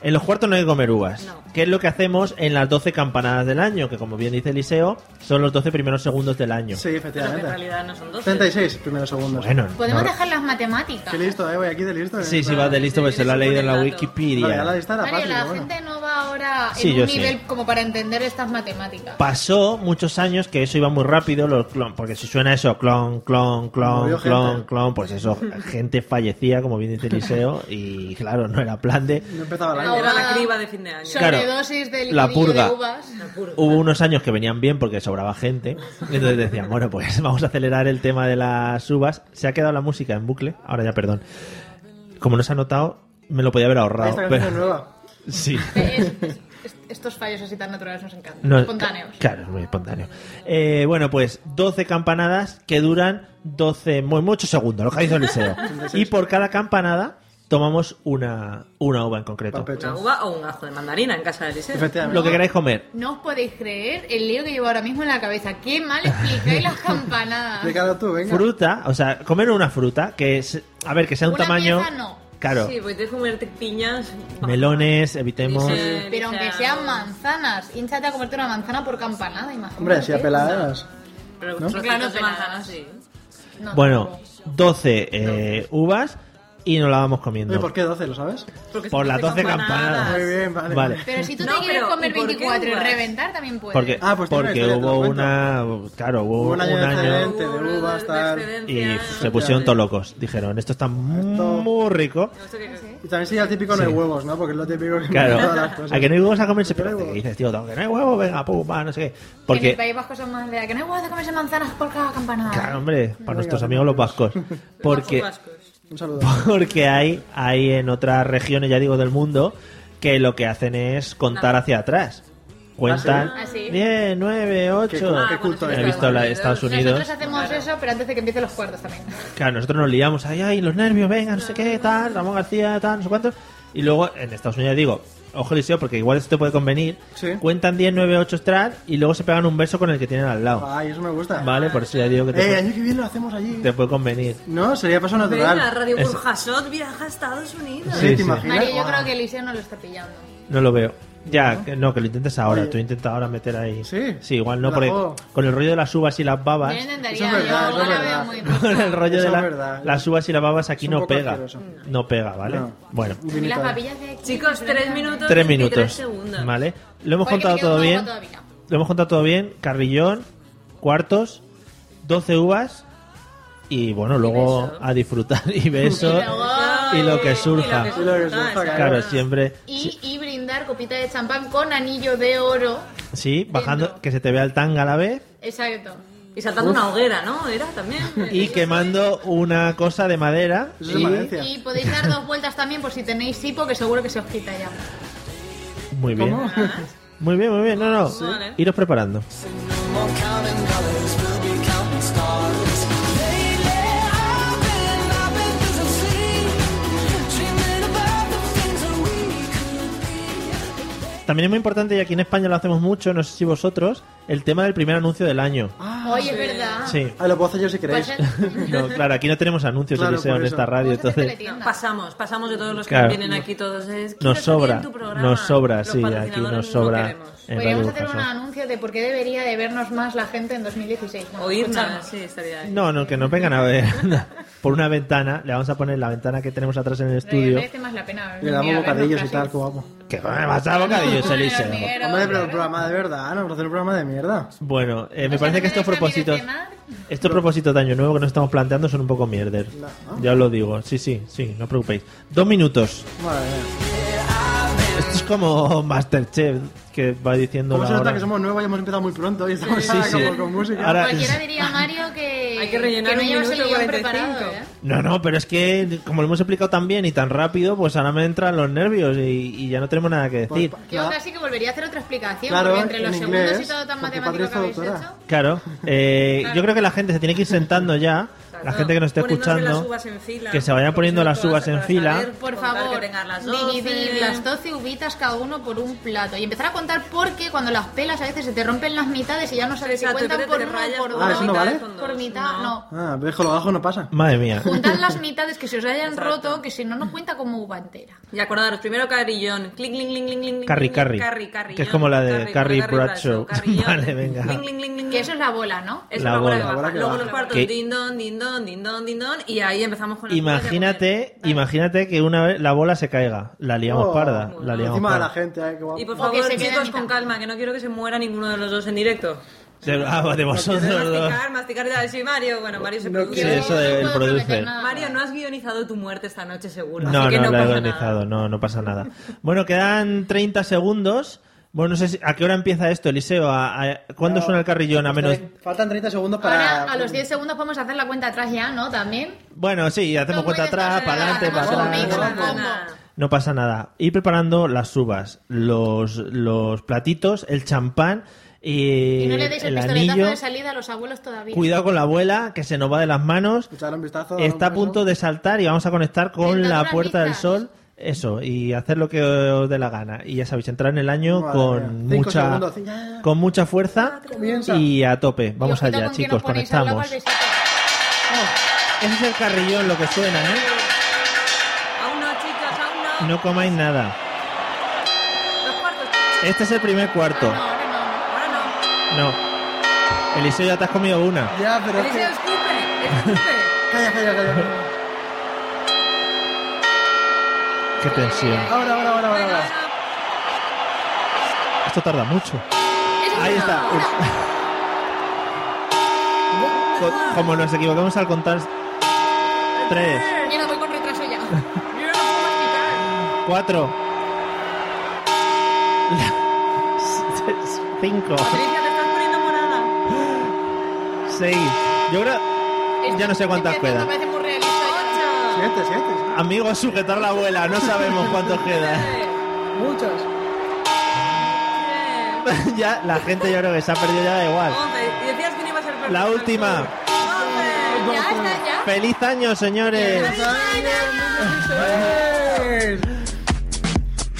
En los cuartos no hay que comer uvas. Que es lo que hacemos en las 12 campanadas del año, que como bien dice Eliseo, son los 12 primeros segundos del año. Pero Sí, que en efectivamente. realidad no son 12. 36 primeros segundos. Bueno, Podemos no- dejar las matemáticas. Qué listo, eh, voy aquí de listo. Sí, sí, va de listo, pues se lo ha leído en la Wikipedia. Vale, a la de esta era Mario, fácil, la bueno. gente no va ahora en Sí, yo un sí. nivel como para entender estas matemáticas. Pasó muchos años que eso iba muy rápido, los clon, porque si suena eso, clon, clon, clon, Murió clon, gente. clon, pues eso, gente fallecía, como bien dice Eliseo, y claro, no era plan de... No empezaba el año. Era Ah. la criba de fin de año. Claro, Sobredosis de la liquidillo purga. de uvas. Hubo unos años que venían bien porque sobraba gente, entonces decían, bueno, pues vamos a acelerar el tema de las uvas. Se ha quedado la música en bucle, ahora ya perdón. Como no se ha notado, me lo podía haber ahorrado. Esta pero- canción nueva. Sí. Es- es- es- estos fallos así tan naturales nos encantan. No, espontáneos. ca- Claro, es muy espontáneo. Eh, bueno, pues 12 campanadas que duran 12, muy, muchos segundos, lo que ha dicho Eliseo. y por cada campanada tomamos una, una uva en concreto. Una uva o un ajo de mandarina en casa de Eliseo. Lo que queráis comer. No os podéis creer el lío que llevo ahora mismo en la cabeza. Qué mal explicáis las campanadas. tú, venga. Fruta, o sea, comer una fruta que es, a ver, que sea un Una tamaño... pieza no. Claro, Sí, pues de comerte piñas. melones, evitemos... Pero aunque sean manzanas, hinchate a comerte una manzana por campanada, imagínate. Hombre, si eh, apeladas. Pero ¿No? trocitos de manzanas, sí. No, Bueno, 12 eh, uvas y nos la vamos comiendo. Oye, ¿por qué 12, lo sabes? Porque Por las 12 Ah. campanadas. Muy bien, vale. Vale. Pero si tú No, te quieres pero, comer ¿y por qué 24 y uvas? reventar, también puedes. Porque, Ah, pues tiene porque una historia, hubo te una... Claro, hubo, Hubo un año de año excedente, de uvas, tal. y se pusieron todos locos. Dijeron, esto está muy rico. Y también sería el típico no hay huevos, ¿no? Porque es lo típico que todas las Claro, cosas. a que no hay huevos a comerse, pero te dices, tío, que no hay huevos, venga, pum, va, no sé qué. En el Porque, País Vasco son más de que no hay huevos de comerse manzanas por cada campanada. claro, hombre, para nuestros amigos los vascos. Porque, Un saludo. porque hay, hay en otras regiones, ya digo, del mundo, que lo que hacen es contar hacia atrás. Cuentan ¿Ah, sí? 10, 9, 8. qué culto He eres. visto la de Estados Unidos. Nosotros hacemos eso, pero antes de que empiecen los cuartos también. Claro, nosotros nos liamos, ay, ay, los nervios, venga, no sé qué, tal, Ramón García, tal, no sé cuánto. Y luego en Estados Unidos digo, ojo, Eliseo, porque igual esto te puede convenir. Cuentan 10, 9, 8 strat y luego se pegan un beso con el que tienen al lado. Ay, eso me gusta. Vale, por eso ya digo que te, Ah. Eh, puede, año que viene lo hacemos allí. te puede convenir. No, sería paso Venga, la natural. radio Eso. Burjasot viaja a Estados Unidos. Sí, Sí, te sí. imaginas. Mario, yo creo que Eliseo no lo está pillando. No lo veo. Ya, que no, que lo intentes ahora. Tú intenta ahora meter ahí. Sí. igual no, La porque juego. con el rollo de las uvas y las Yo babas. intentaría, Eso es verdad, eso yo es la verdad. veo muy Con el rollo Eso de es la- verdad. ¿eh? las uvas y las babas aquí Es un no poco pega. asqueroso. No pega, ¿vale? No. Bueno. Y eh. las papillas de aquí. Chicos, tres minutos. Tres 23 minutos. segundos. Vale. Lo hemos Oye, que me contado queda todo un bien. poco todavía. Lo hemos contado todo bien. Carrillón, cuartos, 12 uvas. Y bueno, luego a disfrutar y beso. y lo que surja. Y lo que surja, Claro, siempre. Y, y brindar copita de champán con anillo de oro. Sí, bajando, que se te vea el tanga a la vez. Exacto. Y saltando Uf. una hoguera, ¿no? Era también. Y quemando una cosa de madera. y- Y podéis dar dos vueltas también por si tenéis hipo, que seguro que se os quita ya. Muy bien. Muy bien, muy bien. No, no. Iros preparando. More counting dollars, we'll be counting stars. Lately, I've been, I've been losing sleep, dreaming about the things that we could be. También es muy importante, y aquí en España lo hacemos mucho, no sé si vosotros, el tema del primer anuncio del año. Oye, es verdad. Sí. Ah, lo puedo hacer yo si queréis. Pues No, claro, aquí no tenemos anuncios Claro, Eliseo, por en eso. esta radio, entonces No, pasamos, pasamos de todos los Claro. que vienen aquí todos. Es, "Quiero nos salir sobra, en tu programa". nos sobra, Los sí, aquí patrocinadores nos no sobra. queremos. en Podríamos Radio hacer un Burjasot. anuncio de por qué debería de vernos más la gente en 2016. Bueno, Oírnos, escuchadnos. sí, estaría bien. No, no, que nos vengan a ver. Por una ventana, le vamos a poner la ventana que tenemos atrás en el estudio. Merece más la pena. Le damos venir a bocadillos y vernos tal, qué guapo. Que me vas a bocadillos, Eliseo. Hombre, pero un programa de verdad, no vamos a hacer un programa de mierda. Bueno, eh, me parece que estos propósitos, estos propósitos de año nuevo que nos estamos planteando son un poco mierder. Ya os lo digo, sí, sí, sí, no os preocupéis. Dos minutos. Madre mía. Esto es como Masterchef que va diciendo ¿Cómo se la nota hora. que somos nuevos y hemos empezado muy pronto? Y estamos Sí, sí. como con música. Ahora- Cualquiera diría Mario que, Hay que rellenar no un llevas el minuto guión 45. preparado. ¿eh? No, no, pero es que como lo hemos explicado tan bien y tan rápido, pues ahora me entran los nervios y, y ya no tenemos nada que Pues decir. Yo casi que volvería a hacer otra explicación, Claro, porque entre los en segundos inglés, y todo tan porque matemático que Patricia habéis es hecho. doctora. Claro, eh, yo creo que la gente se tiene que ir sentando ya la gente que nos esté Poniéndose las escuchando, uvas en fila. que se vayan poniendo las uvas en fila. Por Contar favor, que tengas las 12. dividir las 12 uvitas cada uno por un plato. Y empezar a contar porque cuando las pelas a veces se te rompen las mitades y ya no sabes si Exacto, cuentan creo por que te uno rayas por por dos. Ah, ¿eso no vale? Por mitad, no. Ah, dejo lo bajo, no pasa. Madre mía. Juntad las mitades que se os hayan roto, que si no, no cuenta como uva entera. Y acordaros, primero carrillón. Clic, clink, clink, clink, clink. Carrie clink, Carrie, Carrie, carrillón, que es como la de Carrie, Carrie Carrie Bradshaw. Carrillón. vale, venga. Clink, clink, clink, clink. Que eso es la bola, ¿no? Es La una bola. bola, que La baja. bola que Luego baja. los cuartos, Que- din don, din don, din don, din don. Y ahí empezamos con el Imagínate, imagínate que una vez la bola se caiga. La liamos Oh, parda. La liamos Encima de la parda. gente, eh, qué guapo. Y por O que favor, se quede chicos, en con calma, que no quiero que se muera ninguno de los dos en directo. De- ah, de vosotros dos. Masticar, masticar y tal. Sí, Mario, bueno, Mario se produce. quiero- Sí, eso de- él produce. Mario, no has guionizado tu muerte esta noche, seguro. No, así que no, no, la he pasa nada. organizado, no, no pasa nada. Bueno, quedan 30 segundos. Bueno, no sé si- a qué hora empieza esto, Eliseo. ¿A, a- cuándo No, pues suena el carrillón? A menos. Faltan 30 segundos para. Ahora, a los 10 segundos podemos hacer la cuenta atrás ya, ¿no? También. Bueno, sí, hacemos No, muy cuenta atrás, despacio, para adelante, hacemos para un mix, atrás. un combo. No pasa nada. Ir preparando las uvas, los, los platitos, el champán y, Y no le deis el, pistoletazo anillo. de salida a los abuelos todavía. Cuidado con la abuela, que se nos va de las manos. Echar un vistazo. Está a punto de saltar y vamos a conectar con la Tentadoras Puerta del listas. Sol. Eso, y hacer lo que os dé la gana. Y ya sabéis, entrar en el año Madre mía. con Cinco mucha segundos, ya, ya, ya. con mucha fuerza Comienza. y a tope. Vamos Y ojito allá, con que chicos, nos ponéis al lado conectamos. Ah, al besito. Ese es el carrillón lo que suena, ¿eh? Aún no, chicos, aún no. No comáis nada. Los cuartos, chicos. Este es el primer cuarto. Ah, Ahora no. No. Eliseo, ya te has comido una. Ya, pero. es que- Eliseo, escupe, escupe. Calla, calla, calla. Qué tensión. Ahora, ahora, ahora, ahora. ahora. Esto tarda mucho. Ahí está. Co- Como nos equivocamos al contar. Tres, Mira, voy con retraso ya. cuatro. Cinco. Patricia, te estás poniendo morada. Seis. Yo creo. Ya no sé cuántas quedan. parece muy realista. Siete, siete. Amigos, sujetar la abuela. No sabemos cuántos quedan. Muchas. ya la gente yo creo que se ha perdido ya da igual. Once. Y decías que no iba a ser perfecto. La última. Once. Ya está, ya. ¡Feliz año, señores!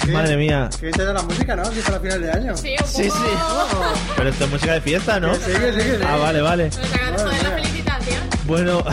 Madre mía. Que bien te da la música, ¿no? Si es para final de año. Sí, un poco. Sí, sí. Pero esto es música de fiesta, ¿no? Que sí, que sí, que sí. Ah, vale, vale. Nos agradezco de la felicitación. Bueno.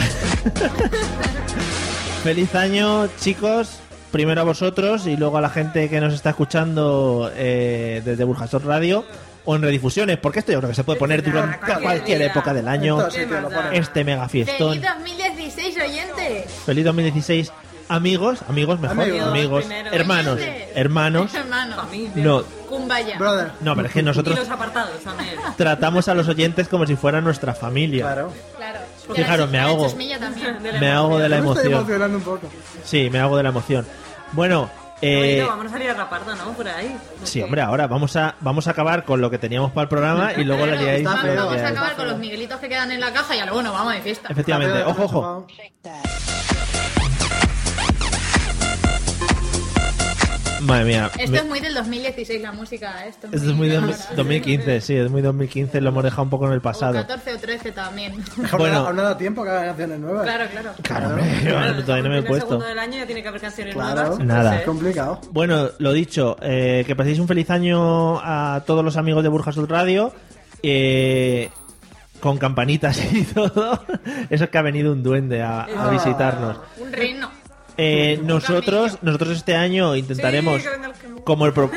Feliz año, chicos. Primero a vosotros y luego a la gente que nos está escuchando eh, desde Burjasot Radio o en redifusiones, porque esto yo creo que se puede poner durante cualquier cualquier día. época del año. Esto sí que lo ponen. Este mega Feliz fiestón. 2016, oyentes. Feliz 2016. Amigos, amigos mejor, amigos, Amigos, ¿eh? primero. hermanos, hermanos. Hermano. No, Cumbaya. Brother. no, pero es que Y nosotros los apartados también. tratamos a los oyentes como si fuera nuestra familia. Claro. Claro. Fijaros, me ahogo. Chosmilla también. Me hago de la Yo me estoy emoción. emocionando un poco. Sí, me hago de la emoción. Bueno, eh, Bonito, vamos a salir a rapardo, ¿no? Por ahí. sí, hombre, ahora vamos a vamos a acabar con lo que teníamos para el programa y luego la Claro, liáis. está lo feo, Vamos a liáis. acabar con los miguelitos que quedan en la caja y a lo bueno, vamos de fiesta. Efectivamente, ojo, ojo. Madre mía. Esto me- es muy del 2016 la música, ¿eh? esto. Esto es muy de dos- ahora. 2015, sí, es muy 2015, lo hemos dejado un poco en el O pasado. 14 o 13 también. Bueno. Bueno. Aún no da tiempo que hagan canciones nuevas. claro, claro. Claro, hombre, todavía no me he El puesto. segundo del año ya tiene que haber canciones Claro. nuevas. Nada. Es complicado. Bueno, lo dicho, eh, que paséis un feliz año a todos los amigos de Burjasot Radio, eh, con campanitas y todo. Eso es que ha venido un duende a, Ah. a visitarnos. Un reino. Eh, nosotros, nosotros este año intentaremos, Sí, que venga el que- como, el pro-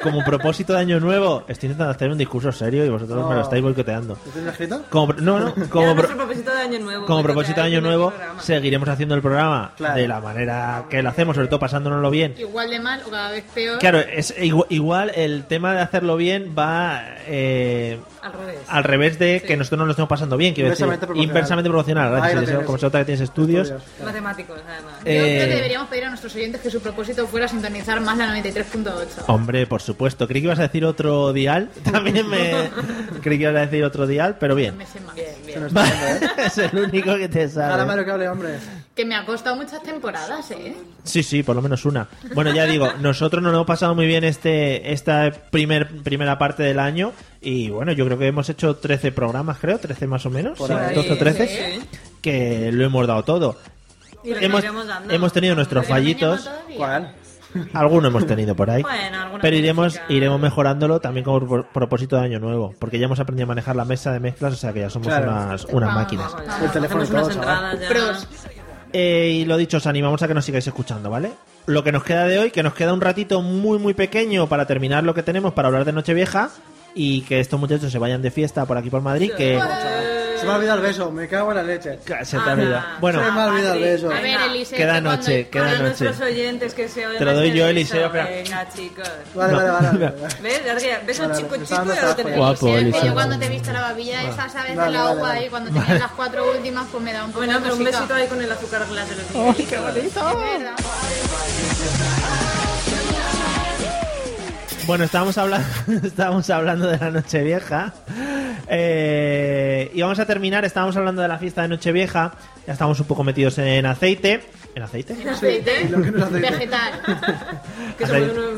como propósito de año nuevo, estoy intentando hacer un discurso serio y vosotros me lo estáis boicoteando. ¿Lo tienes escrito? Como, pro- no, no, Era como, pro- nuestro propósito de año nuevo. como Bueno, propósito de traer año un nuevo, programa. seguiremos haciendo el programa Claro. de la manera que lo hacemos, sobre todo pasándonoslo bien. Igual de mal o cada vez peor. Claro, es igu- igual el tema de hacerlo bien va eh, Al revés. al revés de que nosotros nos lo estemos pasando bien, quiero decir, Inversamente proporcional. inversamente proporcional. Gracias, Ahí lo Eliseo, tienes. como se nota que tienes estudios. Matemáticos, además. Yo creo Eh, que deberíamos pedir a nuestros oyentes que su propósito fuera sintonizar más la 93.8. Hombre, por supuesto. Creí que ibas a decir otro dial. También me creí que ibas a decir otro dial, pero bien. Me sé más. Se nos está yendo, ¿eh? es el único que te Nada sale. malo que hable, hombre. Que me ha costado muchas temporadas, ¿eh? Sí, sí, por lo menos una. Bueno, ya digo, nosotros nos lo hemos pasado muy bien este esta primer, primera parte del año y bueno, yo creo que hemos hecho 13 programas, creo, 13 más o menos, Por sí, ahí. 12 o 13. Sí. que lo hemos dado todo. Y lo Hemos, seguiremos dando. hemos tenido nuestros fallitos. Algunos hemos tenido por ahí. Bueno, alguna pero iremos, iremos mejorándolo también con pro- propósito de año nuevo. Porque ya hemos aprendido a manejar la mesa de mezclas, o sea que ya somos Claro. unas, unas máquinas. El teléfono y Ah, Hacemos unas todo, chaval. entradas ya. Eh, y lo dicho, os animamos a que nos sigáis escuchando, ¿vale? Lo que nos queda de hoy, que nos queda un ratito muy, muy pequeño para terminar lo que tenemos para hablar de Nochevieja y que estos muchachos se vayan de fiesta por aquí por Madrid, que Eh, Se me ha olvidado el beso, me cago en la leche. se te ha olvidado. Bueno, se me ha olvidado el beso. A ver, Eliseo, Queda noche, queda Para noche. nuestros oyentes que se oigan Te lo doy este yo, beso. Eliseo, espera. Venga, chicos. Vale, vale, vale. ¿Ves? Ya que- ¿Ves un Vale, chico vale, chico? me Ya estaba lo tenemos. Guapo, Sí, es que Elisa. yo cuando te he visto la babilla Vale. esa, ¿sabes? Vale, de la vale, uva vale. ahí, cuando tenías las cuatro últimas, pues me da un poco Bueno, de pero un cosica. besito ahí con el azúcar glass de los niños. ¡Ay, qué bonito! Es verdad. Bueno, estábamos hablando, estábamos hablando de la Nochevieja. Eh, y vamos a terminar, estábamos hablando de la fiesta de Nochevieja. Ya estamos un poco metidos en aceite. ¿En aceite? En aceite. Sí, lo que no es aceite. Vegetal. Que somos unos-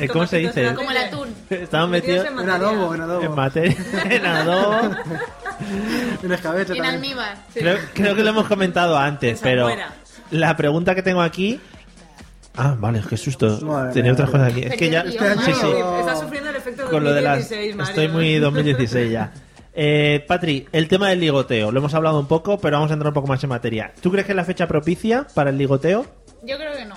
Eh, ¿Cómo se tomatitos en dice? la Como el atún. Estamos metidos Metidos en En adobo, en adobo. en materia. En adobo. En escabeche En también. almíbar. Creo, creo que lo hemos comentado antes, pero Zamora. la pregunta que tengo aquí. Ah, vale, qué susto. Madre Tenía mía. otras cosas aquí. Es que ya. Este año- Sí, sí. Está sufriendo el efecto Con lo de las. 2016, Mario. Estoy muy 2016 ya. Eh, Patri, el tema del ligoteo. Lo hemos hablado un poco, pero vamos a entrar un poco más en materia. ¿Tú crees que es la fecha propicia para el ligoteo? Yo creo que no.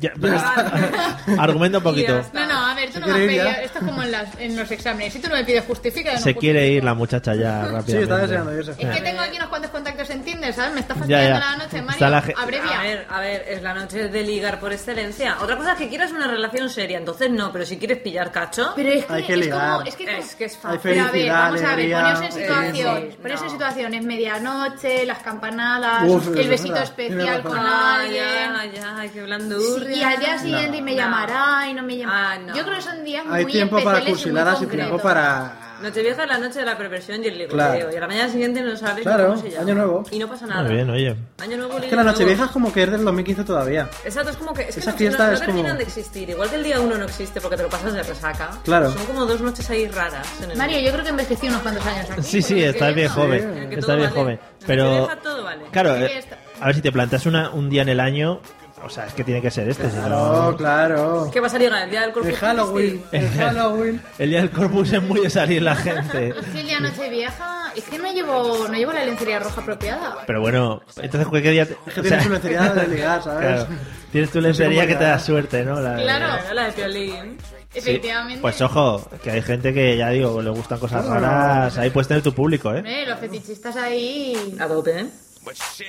Ya- Argumenta un poquito. No, no, a ver, Se tú no me has quiere ir pedido. ya. Esto es como en, las- en los exámenes. Si tú no me pides justifica, yo no Se pues quiere justifico. ir la muchacha ya rápidamente. Sí, está deseando irse. Es que tengo aquí unos cuantos contactos en Tinder, ¿sabes? Me está Ya, ya. fastidiando la noche, Mario. Está la ge- Abrevia. A ver, a ver, es la noche de ligar por excelencia. Otra cosa es que quieras una relación seria, entonces no, pero si quieres pillar cacho, Pero es que, Hay que es ligar. como. Es que, es que es Hay fácil. Pero a ver, Felicidad, vamos a ver, alegría, poneos en sí, situación. sí, poneos en no. situación, es medianoche, las campanadas, Uf, eso el es besito verdad. especial Tienes razón. con Ah, alguien. ya, ya, ay, qué Sí, blandurria. y al día siguiente y me llamará y no me llamará. Ah, no. Yo creo que son días Hay muy tiempo para especiales y muy cursiladas y concretos. tiempo para... Nochevieja es la noche de la perversión y el ligoteo. Claro. Y a la mañana siguiente no sabes ni Claro, cómo se llama. año nuevo. Y no pasa nada. Muy bien, oye. Año nuevo, Es ligue que la nuevo. Nochevieja es como que es del 2015 todavía. Exacto, es como que. Es que Esa no- fiesta no, no es como- terminan de existir. Igual que el día uno no existe porque te lo pasas de resaca. Claro. Son como dos noches ahí raras. en el- Mario, yo creo que envejecí unos cuantos años aquí. Sí, sí, estás bien joven. que todo Estás bien vale. joven. Que Pero. deja todo vale. Claro, Sí, eh, está- a ver si te plantas una, un día en el año. O sea, es que tiene que ser este, si Claro, no. claro. ¿Qué vas a ligar? El día del cuerpo. El Halloween, el Halloween. El día del corpus es muy de salir la gente. Es que el día noche vieja, es que no llevo, no llevo la lencería roja apropiada. Pero bueno, entonces cualquier día. te- Es que o tienes sea, tu necesidad de ligar, ¿sabes? claro, tienes tu lencería que te da ligar. suerte, ¿no? La- Claro, La de Piolín. sí. efectivamente. Pues ojo, que hay gente que ya digo, le gustan cosas raras. Ahí puedes tener tu público, ¿eh? Eh, los fetichistas ahí. A tope, ¿eh?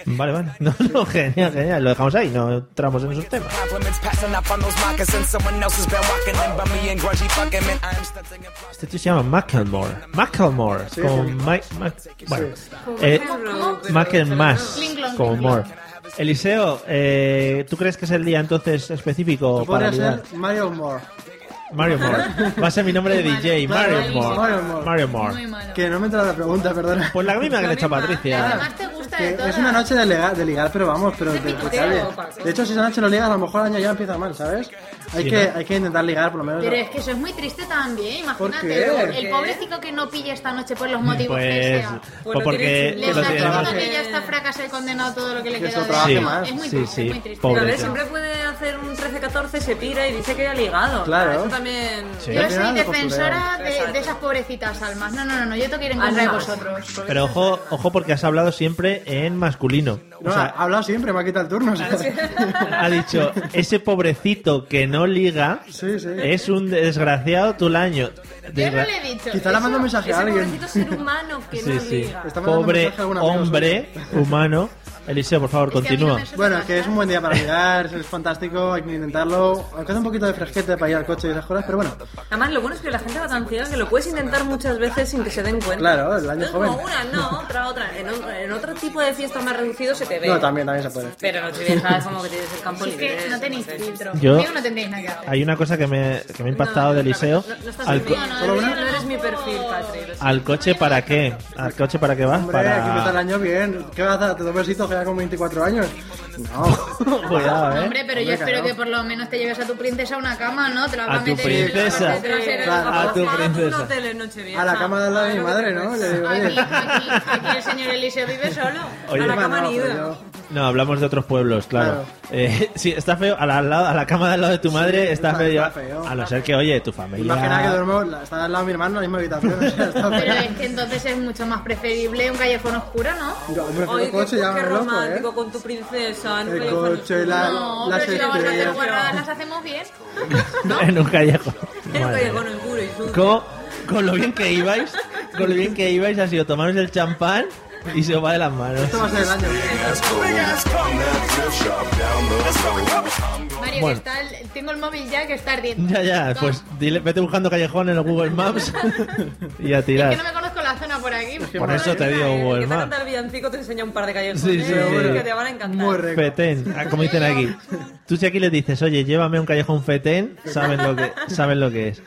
Vale, vale. No, no, genial, genial. Lo dejamos ahí, no entramos en esos temas. Este tío se llama Macklemore. Macklemore. como Mike. Mac- bueno. Eh, Mac and Mass. Cling, clon, Como cling, More. Eliseo, eh, ¿tú crees que es el día entonces específico para Podría ligar? ser Mario Moore. Mario More. Va a ser mi nombre de DJ. Mario Mario More. Moore. Mario Muy More. malo. Que no me entra la pregunta, perdona. Pues la misma que le he hecho a La que Patricia. más te gusta de Que todas. es una noche de ligar, de ligar pero vamos, pero de, picoteo, impecable. Paco. de hecho, si esa noche lo ligas, a lo mejor el año ya empieza mal, ¿sabes? Hay, Sí, que, ¿no? hay que intentar ligar, por lo menos. Pero es que eso es muy triste también, ¿Por imagínate. qué? El, ¿Por qué? pobrecito que no pille esta noche por los motivos que Pues, sea. pues porque Le lo está tiene más- todo que ya está fracasado y condenado todo lo que le Que queda eso de trabaje vida. más. Es muy Sí, triste, sí, es muy triste. pobre. Pero a ver, tío. siempre puede hacer un 13-14, se pira y dice que ya ha ligado. Claro. Eso también. Sí. Yo Al soy final lo defensora de, Exacto. de esas pobrecitas almas. No, no, no, no, yo tengo que ir en contra de Almas. vosotros. Pero ojo, ojo porque has hablado siempre en masculino. No, O sea, ha hablado siempre, me ha quitado el turno. o sea. ha dicho, ese pobrecito que no liga Sí, sí. es un desgraciado tulaño. Yo no Desgra- le he dicho. Quizá le mando un mensaje a Ese alguien. pobrecito ser humano que Sí, no sí. liga. Está mandando Pobre mensaje a algún amigo hombre humano. Eliseo, por favor, Es que a mí no continúa. me suele Bueno, pasar. que es un buen día para ligar, es fantástico, hay que intentarlo. Aunque hace un poquito de fresquete para ir al coche y esas cosas, pero bueno, Además, lo bueno es que la gente va tan ciega que lo puedes intentar muchas veces sin que se den cuenta. Claro, el año Es como joven. una, no, otra, otra. En otro, en otro tipo de fiesta más reducido se te ve. no, también, también se puede. Pero Nochevieja es como que tienes el campo Si es libre. que no tenéis filtro. Yo- Conmigo no tendréis nada que hacer. Hay una cosa que me, que me ha impactado No, de Eliseo. No, no estás Al, en co- mí, no, ¿Solo no, una? no eres mi perfil, Patri. lo al coche para qué? ¿Al coche para qué vas? Hombre, hay que empezar el Para... año bien. ¿Qué vas a hacer? ¿Te doy besitos que ya con 24 años? No. Cuidado, eh. Hombre, pero yo espero que por lo menos te lleves a tu princesa a una cama, ¿no? Te la vas a tu meter en la parte princesa. trasera. Claro, a tu Ah, princesa. un hotel en Nochevieja. A la cama de al lado de mi madre, ¿no? Le digo, oye. Aquí el señor Eliseo vive solo. Oye. a la cama No, ni pero ido. yo- No, hablamos de otros pueblos, claro. Eh, sí, está feo. A la, al lado- a la cama del lado de tu madre está, está- feo, está feo. A no ser que, oye, tu familia. Imagina que duermo, la- está al lado de mi hermano en la misma habitación. o sea, está Pero eh, pegado. es que entonces es mucho más preferible un callejón oscuro, ¿no? Yo, hombre, Ay, el coche qué, ya qué me loco, ¿eh? romántico con tu princesa. no El me coche, dejan- la- No, las pero si vamos a hacer estrellas. guarradas, las hacemos bien. en un callejón. Pero Madre callejón oscuro y sucio. ¿Cómo? Con lo bien que ibais, con lo bien que ibais ha sido tomaros el champán y se os va de las manos. Mario, que Bueno. está el- tengo el móvil ya que está ardiendo. Ya, ya, pues dile, vete buscando callejón en los Google Maps y a Es que tirar. no me conozco la zona por aquí. Por eso te digo Google eh, Que te Maps. canta el villancico, te enseña un par de calles Sí, sí, sí. que te van a encantar. Fetén, ah, como dicen aquí. Tú si aquí le dices, oye, llévame a un callejón fetén, saben lo que, saben lo que es.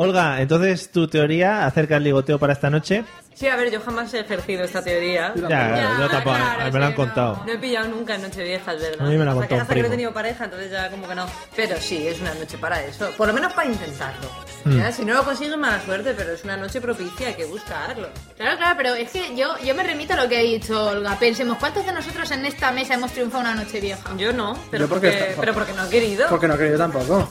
Olga, entonces tu teoría acerca del ligoteo para esta noche. Sí, a ver, yo jamás he ejercido esta teoría. Ya, yo tampoco, me lo han contado. No he pillado nunca en Nochevieja, es verdad. A mí me la ha Hasta que- contado un hasta que no he primo. tenido pareja, entonces ya como que no. Pero sí, es una noche para eso. Por lo menos para intentarlo. Mm. Ya, Si no lo consigues, mala suerte, pero es una noche propicia, hay que buscarlo. Claro, claro, pero es que yo, yo me remito a lo que ha dicho Olga. Pensemos, ¿cuántos de nosotros en esta mesa hemos triunfado una noche vieja? Yo no, pero, Yo porque porque, está- pero porque no he querido. Porque no creo yo tampoco.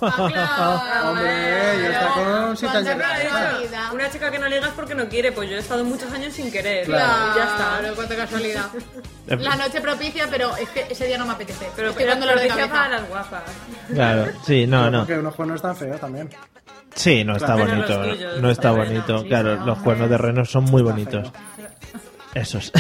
Hombre, yo está con siete años. Una chica que no ligas porque no quiere, pues yo he estado muchos años sin querer. Claro, Ya está. cuánta casualidad. Eh, La noche propicia, pero es que ese día no me apetece. Pero Estoy pero dando dolor de propicia para cabeza. las guapas. Claro, sí, no, no. Porque unos cuernos están feos también. Sí, no está Claro. bonito. Menos los tuyos, No está pero bonito. Claro, los cuernos de reno son muy bonitos. Esos.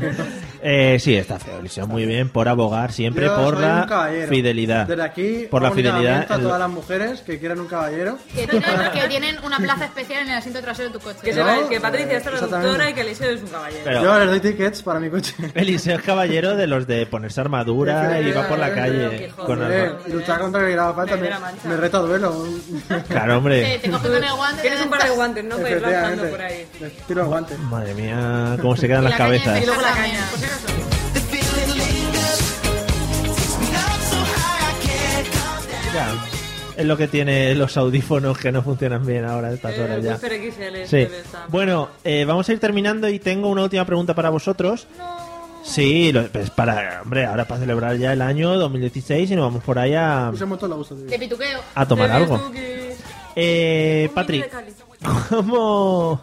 eh, sí, está feo, Eliseo. Muy bien, por abogar siempre Yo por soy un la caballero. fidelidad. Desde aquí, por la hago un llamamiento fidelidad. A en la- todas las mujeres que quieran un caballero. Que tienen, que tienen una plaza especial en el asiento trasero de tu coche. Que, se No, va- que Patricia es traductora exactamente. y que Eliseo es un caballero. Pero- Yo les doy tickets para mi coche. Eliseo es caballero de los de ponerse armadura y va por la calle. Con Eh, arma- luchar contra el grado falta me, me reto a duelo. Claro, hombre. Te coges con el guante. Tienes un par de guantes, ¿no? Para ir lanzando por ahí. Les tiro aguante. Madre mía, cómo se quedan las cabezas. Y luego la caña. Pues Por si acaso. Ya, Es lo que tiene los audífonos que no funcionan bien ahora a estas Eh, horas ya. Whisper XL, Sí. pero está. Bueno, eh, vamos a ir terminando y tengo una última pregunta para vosotros. Sí, lo- pues para, hombre, ahora para celebrar ya el año 2016 y nos vamos por ahí a, Pues, Puse un montón la uso. tío. Te pituqueo. a tomar Te algo. Eh, Patrick, ¿cómo,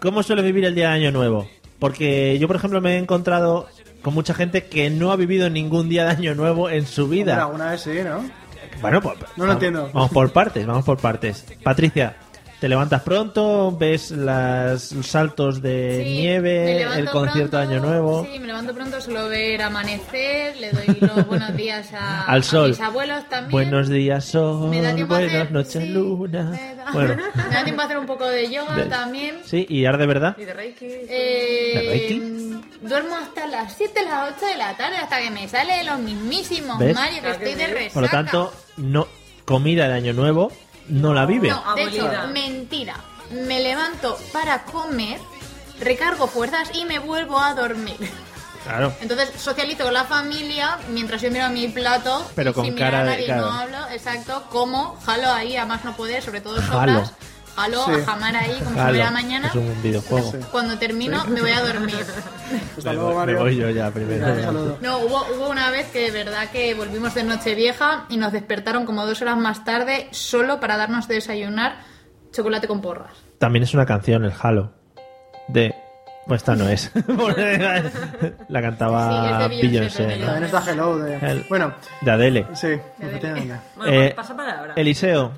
¿cómo sueles vivir el día de año nuevo? Porque yo, por ejemplo, me he encontrado con mucha gente que no ha vivido ningún día de año nuevo en su Hombre, vida. alguna vez sí, ¿no? Bueno, pues, No vamos- lo entiendo. Vamos por partes, vamos por partes. Patricia, ¿te levantas pronto? ¿Ves las- los saltos de Sí, me Eh, nieve? levanto ¿El concierto de Año Nuevo? Sí, me levanto pronto, suelo ver amanecer, le doy los buenos días a, Al a sol. mis abuelos también. Buenos días, sol. Me da tiempo a Buenas hacer- noches, sí, luna. me da- Bueno, Me da tiempo a hacer un poco de yoga De- también. sí, y ahora de verdad. de Reiki. ¿De Reiki? Duermo hasta las 7, las 8 de la tarde, hasta que me sale los mismísimos ¿Ves? Mario, que estoy de resaca. Por lo tanto, no comida de Año Nuevo no la vive. No, de hecho, mentira. Me levanto para comer, recargo fuerzas y me vuelvo a dormir. Claro. Entonces socializo con la familia mientras yo miro mi plato. Pero y con sin mirar cara a de- nadie, claro. No hablo, exacto. Como, jalo ahí a más no poder, sobre todo Jalo. sopas. Jalo, Sí. a jamar ahí como si Jalo. fuera mañana. Es un videojuego. Cuando termino me voy a dormir. Oh, Me voy- me, voy yo ya primero. No, hubo, hubo una vez que de verdad que volvimos de Nochevieja y nos despertaron como dos horas más tarde solo para darnos de desayunar chocolate con porras. También es una canción, el Halo. De. Pues esta no es. la cantaba Sí, es de Beyoncé, Beyoncé. ¿no? También está Hello de... El- Bueno, De Adele. sí, efectivamente. Eh, Eliseo,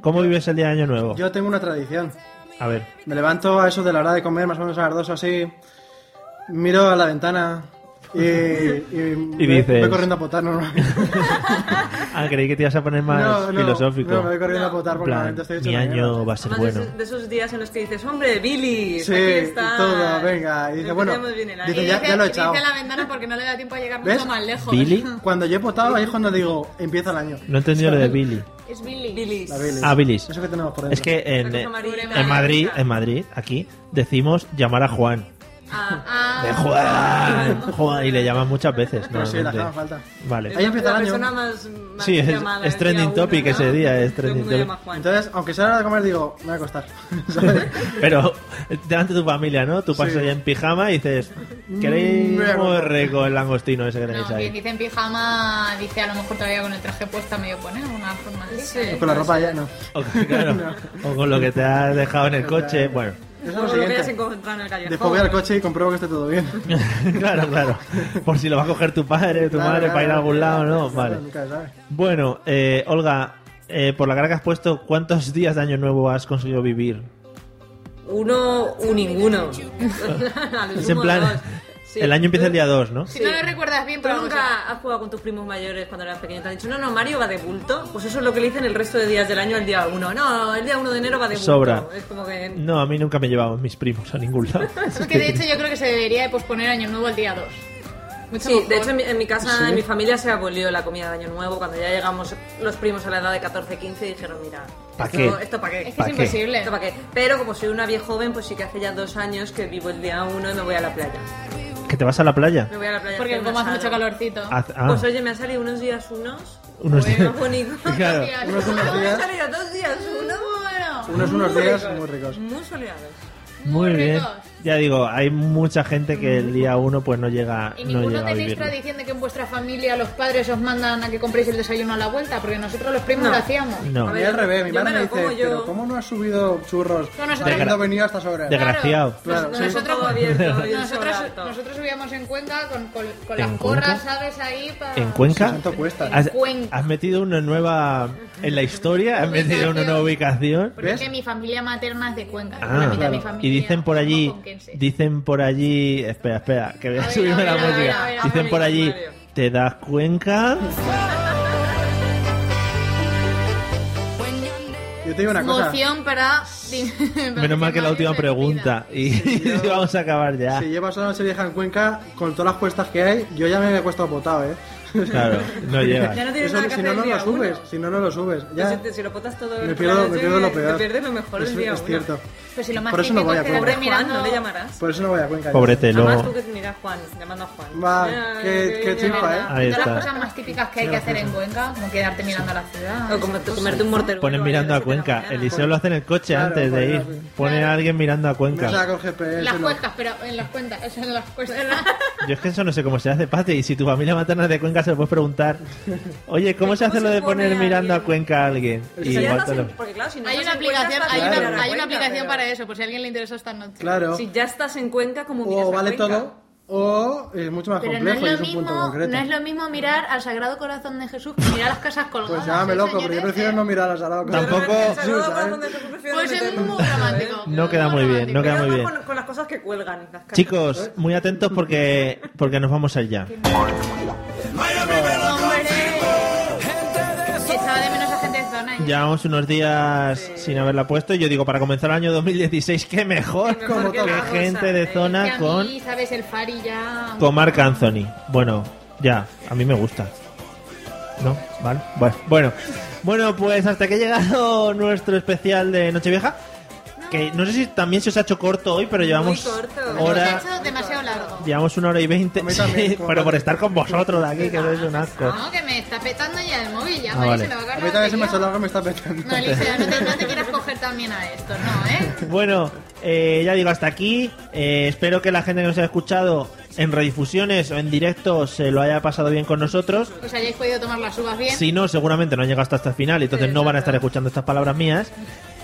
¿cómo vives el día de Año Nuevo? Yo tengo una tradición. A ver. Me levanto a eso de la hora de comer, más o menos a las dos o así. Miro a la ventana y, y, Y me- dices- voy corriendo a potar normalmente. Ah, creí que te ibas a poner más No, no, filosófico. no, me voy corriendo a potar En porque plan, realmente estoy hecho Mi una año mierda. va a ser Además, bueno. de esos- de esos días en los que dices, hombre, Billy, Sí, aquí está. todo, venga. Y dice, bueno, Empecemos bien el año. dice, ya, ya lo he echado. Dice la ventana porque no le da tiempo a llegar ¿Ves? mucho más lejos. Cuando yo he potado, ahí es cuando digo, empieza el año. No he entendido lo de Billy. Es Billy. Billy. La bilis. Ah, bilis. Eso que tenemos por dentro. Es que en, La cosa eh, amarilla. en Madrid, en Madrid, aquí, decimos llamar a Juan. De Juan. Juan, y le llaman muchas veces. Pues sí, le normalmente. hacía falta. Vale. Ahí empieza la el año. persona más, más Sí, es, llamada, es decía trending uno, topic ¿no? ese día, es Todo el trending mundo llama topic. Juan. Entonces, aunque sea hora de comer, digo, me voy a acostar. ¿sabes? Pero delante de tu familia, ¿no? Tú pasas Sí. ahí en pijama y dices, ¿queréis Mm, me voy a morre con el langostino ese que tenéis No, quien ahí? dice en pijama dice a lo mejor todavía con el traje puesta medio pone alguna forma de Con la ropa ya no. O, claro, o con lo que te has dejado en el coche. Bueno, Eso es Todo lo lo que hayas siguiente. encontrado en el callejón. Desfoguea el coche y compruebo que esté todo bien. claro, claro. Por si lo va a coger tu padre, tu Claro, madre para ir a claro, algún lado, claro, ¿no? claro, Vale. nunca sabes. Bueno, eh, Olga, eh, por la cara que has puesto, ¿cuántos días de Año Nuevo has conseguido vivir? Uno o ninguno. A lo Es en sumo dos. plan, Sí. el año empieza el día 2, ¿no? Si no lo recuerdas bien, ¿Tú pero nunca has jugado con tus primos mayores cuando eras pequeño? Te han dicho, no, no, Mario va de bulto. Pues eso es lo que le dicen el resto de días del año al día 1. No, el día 1 de enero va de bulto. Sobra. Es como que... No, a mí nunca me llevaban mis primos a ningún lado. Es que de hecho yo creo que se debería de posponer Año Nuevo al día 2. Mucho Sí, mejor. de hecho en mi, en mi casa, Sí. en mi familia se abolió la comida de Año Nuevo. Cuando ya llegamos los primos a la edad de 14, 15 dijeron, mira, ¿Pa esto, qué? esto para qué. Es que ¿Pa es qué? imposible. Esto pa' qué. Pero como soy una vieja joven, pues sí que hace ya dos años que vivo el día 1 y me voy a la playa. ¿Que te vas a la playa? Me Pues voy a la playa. a Porque hacer un como hace asado. mucho calorcito. Ah, ah. Pues oye, me han salido unos días unos. Unos Bueno, días. bonito. Claro. Unos unos Me han días, salido dos días unos. unos unos Muy días ricos. muy ricos. Muy soleados. Muy bien. ricos. Ya digo, hay mucha gente que el día 1 pues no llega, Y no ninguno llega a tenéis vivirlo. tradición de que en vuestra familia los padres os mandan a que compréis el desayuno a la vuelta, porque nosotros los primos No. lo hacíamos. No. A mí al revés, mi Yo me madre me lo como dice, yo. pero ¿cómo no has subido churros No, nosotros- habiendo Degra- venido hasta sobre? Desgraciado. pues Claro, sí. Nosotros- Todo abierto. y el Nosotros, solar, todo. nosotros subíamos en Cuenca con, con- con ¿En las gorras, Cuenca? ¿sabes? Ahí para... ¿En Cuenca? Santo cuesta. ¿Has, Cuenca. has metido una nueva en la historia, has metido una nueva ubicación. Porque ¿Ves? es que mi familia materna es de Cuenca. la Ah, mitad de mi y familia dicen por allí, hongkongense. dicen por allí, espera, espera, que voy a, A ver, subirme a la ver, a ver, música. a ver, a ver, dicen por allí, Mario. te das cuenca. Yo te digo una cosa. Moción para... Menos mal que la última pregunta y vamos a acabar ya. Si llevas una noche vieja en Cuenca, con todas las cuestas que hay, yo ya me he puesto botado, ¿eh? Claro, no llegas. Ya no tienes Eso, nada que si hacer no, el no lo día uno. subes. Si no, no lo subes. Pues Ya. si, te- si lo botas todo Me el pierdo, plan, me sí, pierdo lo peor. Te pierdes lo mejor es, el día es uno. cierto. Pues si lo más Por eso no típico voy a es que Cuenca. la pobre Pobre Juan, mirando... no le llamarás. Por eso no voy a Cuenca. Pobrete, Además, lo. tú que mira Juan, llamando a Juan. Va, Ay, qué- qué bien, chimpa, ¿verdad? Ahí Todas las está. cosas más típicas que hay que hacer en Cuenca, como quedarte mirando a la Ah, ciudad. O como te- comerte un mortero. Ponen mirando a Cuenca. Eliseo lo hace en el coche Claro, antes de claro, ir. sí. Pone a alguien mirando a Me Cuenca. saco el GPS. Las no. cuentas, pero en las cuentas, o sea, en las cuentas. Yo es que eso no sé cómo se hace, Pati. Y si tu familia materna es de Cuenca, se lo puedes preguntar. Oye, ¿cómo se hace ¿Cómo lo se de pone poner a mirando a alguien? Cuenca a alguien? Y Y si ya igual estás te lo- en- porque claro, si no Hay una estás en Cuenca, aplicación, estás hay mirando una, a hay una Cuenca, aplicación pero para eso, por si a alguien le interesa esta noche. Claro. Si ya estás en Cuenca, como miras O a vale Cuenca? todo, o es mucho más Pero no es, complejo y lo es un punto mismo, concreto. no es lo mismo mirar al Sagrado Corazón de Jesús que mirar las casas colgadas. Pues llámame ¿eh, loco, pero yo señores? prefiero no mirar al salado. Tampoco- Saludos, ¿eh? corazón de Jesús, prefiero Pues es meterme. muy dramático. No queda muy bien, no queda muy bien. Con, con las cosas que cuelgan. las cartas. Chicos, muy atentos porque, porque nos vamos allá. Y echaba de menos a gente de zona. ya. Llevamos unos días sin haberla puesto. Y yo digo, para comenzar el año 2016, qué mejor Qué mejor que que la gente cosa, de eh. Que zona a con, mí, sabes, el Fari ya... con Marc Anthony. Bueno, ya, a mí me gusta. ¿No? ¿Vale? Bueno, bueno, bueno pues hasta que ha llegado nuestro especial de Nochevieja. Que no sé si también se os ha hecho corto hoy, pero llevamos corto. Se hora, ha hecho demasiado largo. llevamos una hora y veinte. A mí también, Sí, como pero por tanto. estar con vosotros de aquí, que sois un asco. No, que me está petando ya el móvil, ya, Ah, María, vale. se me va A a acabar mí la también se me ha batería. salado que me está petando. No, Eliseo, no te, no te quieras coger también a esto, no, ¿eh? Bueno, eh, ya digo, hasta aquí. Eh, espero que la gente que nos haya escuchado en redifusiones o en directo se lo haya pasado bien con nosotros. Os Pues hayáis podido tomar las uvas bien. Si no, seguramente no han llegado hasta hasta el final, entonces no van a estar escuchando estas palabras mías.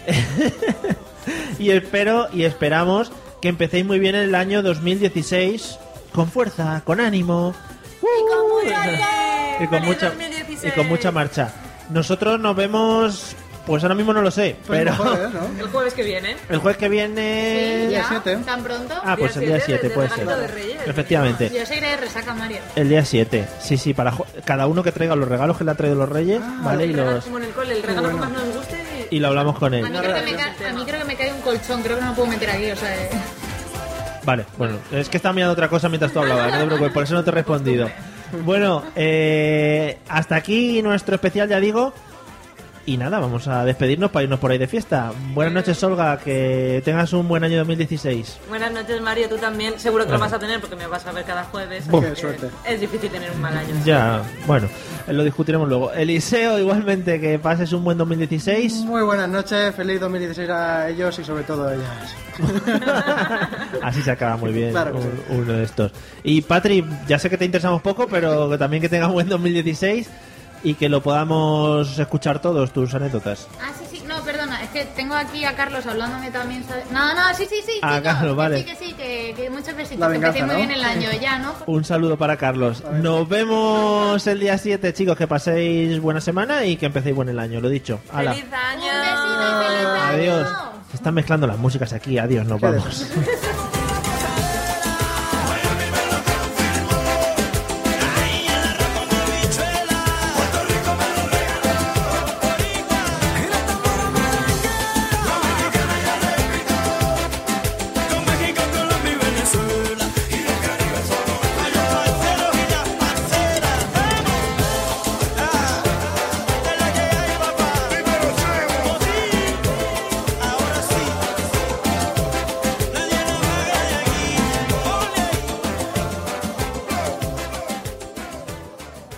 y espero y esperamos que empecéis muy bien el año 2016 con fuerza, con ánimo y con Feliz mucha 2016. y con mucha marcha. Nosotros nos vemos, pues ahora mismo no lo sé, Pues pero mejor, ¿eh? ¿No? El jueves que viene. el jueves que viene día ¿Ya? siete. ¿Tan pronto? Ah, pues el día siete, 7 desde puede el ser. acto de Reyes. Efectivamente. Yo seguiré de resaca, Mario. El día 7. Sí, sí, para jo- cada uno que traiga los regalos que le ha traído los reyes, ¿vale? Y El regalo los Como en el cole, el regalo bueno. que más nos guste. y lo hablamos con A mí, él. creo que me ca- a mí creo que me cae un colchón, creo que no lo puedo meter aquí, o sea... eh. Vale, bueno, es que estaba mirando otra cosa mientras tú hablabas, no te preocupes, por eso no te he respondido. Bueno, eh, hasta aquí nuestro especial, ya digo. Y nada, vamos a despedirnos para irnos por ahí de fiesta. Buenas noches, Olga, que tengas un buen año 2016. Buenas noches, Mario. Tú también. Seguro que lo vas a tener porque me vas a ver cada jueves. así Qué que suerte. Es difícil tener un mal año. Ya, bueno, eh, lo discutiremos luego. Eliseo, igualmente, que pases un buen 2016. Muy buenas noches, feliz 2016 a ellos y sobre todo a ellas. Así se acaba muy bien Claro que un- uno de estos. Y Patri, ya sé que te interesamos poco, pero que también que tengas buen 2016 y que lo podamos escuchar todos, tus anécdotas. Ah, sí, sí. No, perdona, es que tengo aquí a Carlos hablándome también. ¿sabes? No, no, sí, sí, sí. Ah, chicos, Carlos, que vale. Sí, que sí, que, que muchos La besitos. Que venganza, empecéis muy ¿no? bien el año ya, ¿no? Un saludo para Carlos. Nos vemos el día 7, chicos. Que paséis buena semana y que empecéis buen el año, lo dicho. Hala. ¡Feliz año! Adiós. Se están mezclando las músicas aquí. Adiós, nos vamos.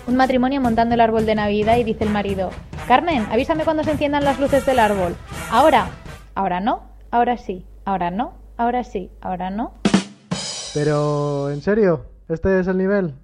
Un matrimonio montando el árbol de Navidad y dice el marido, Carmen, avísame cuando se enciendan las luces del árbol. Ahora, ahora no, ahora sí, ahora no, ahora sí, ahora no. Pero, ¿en serio? ¿Este es el nivel?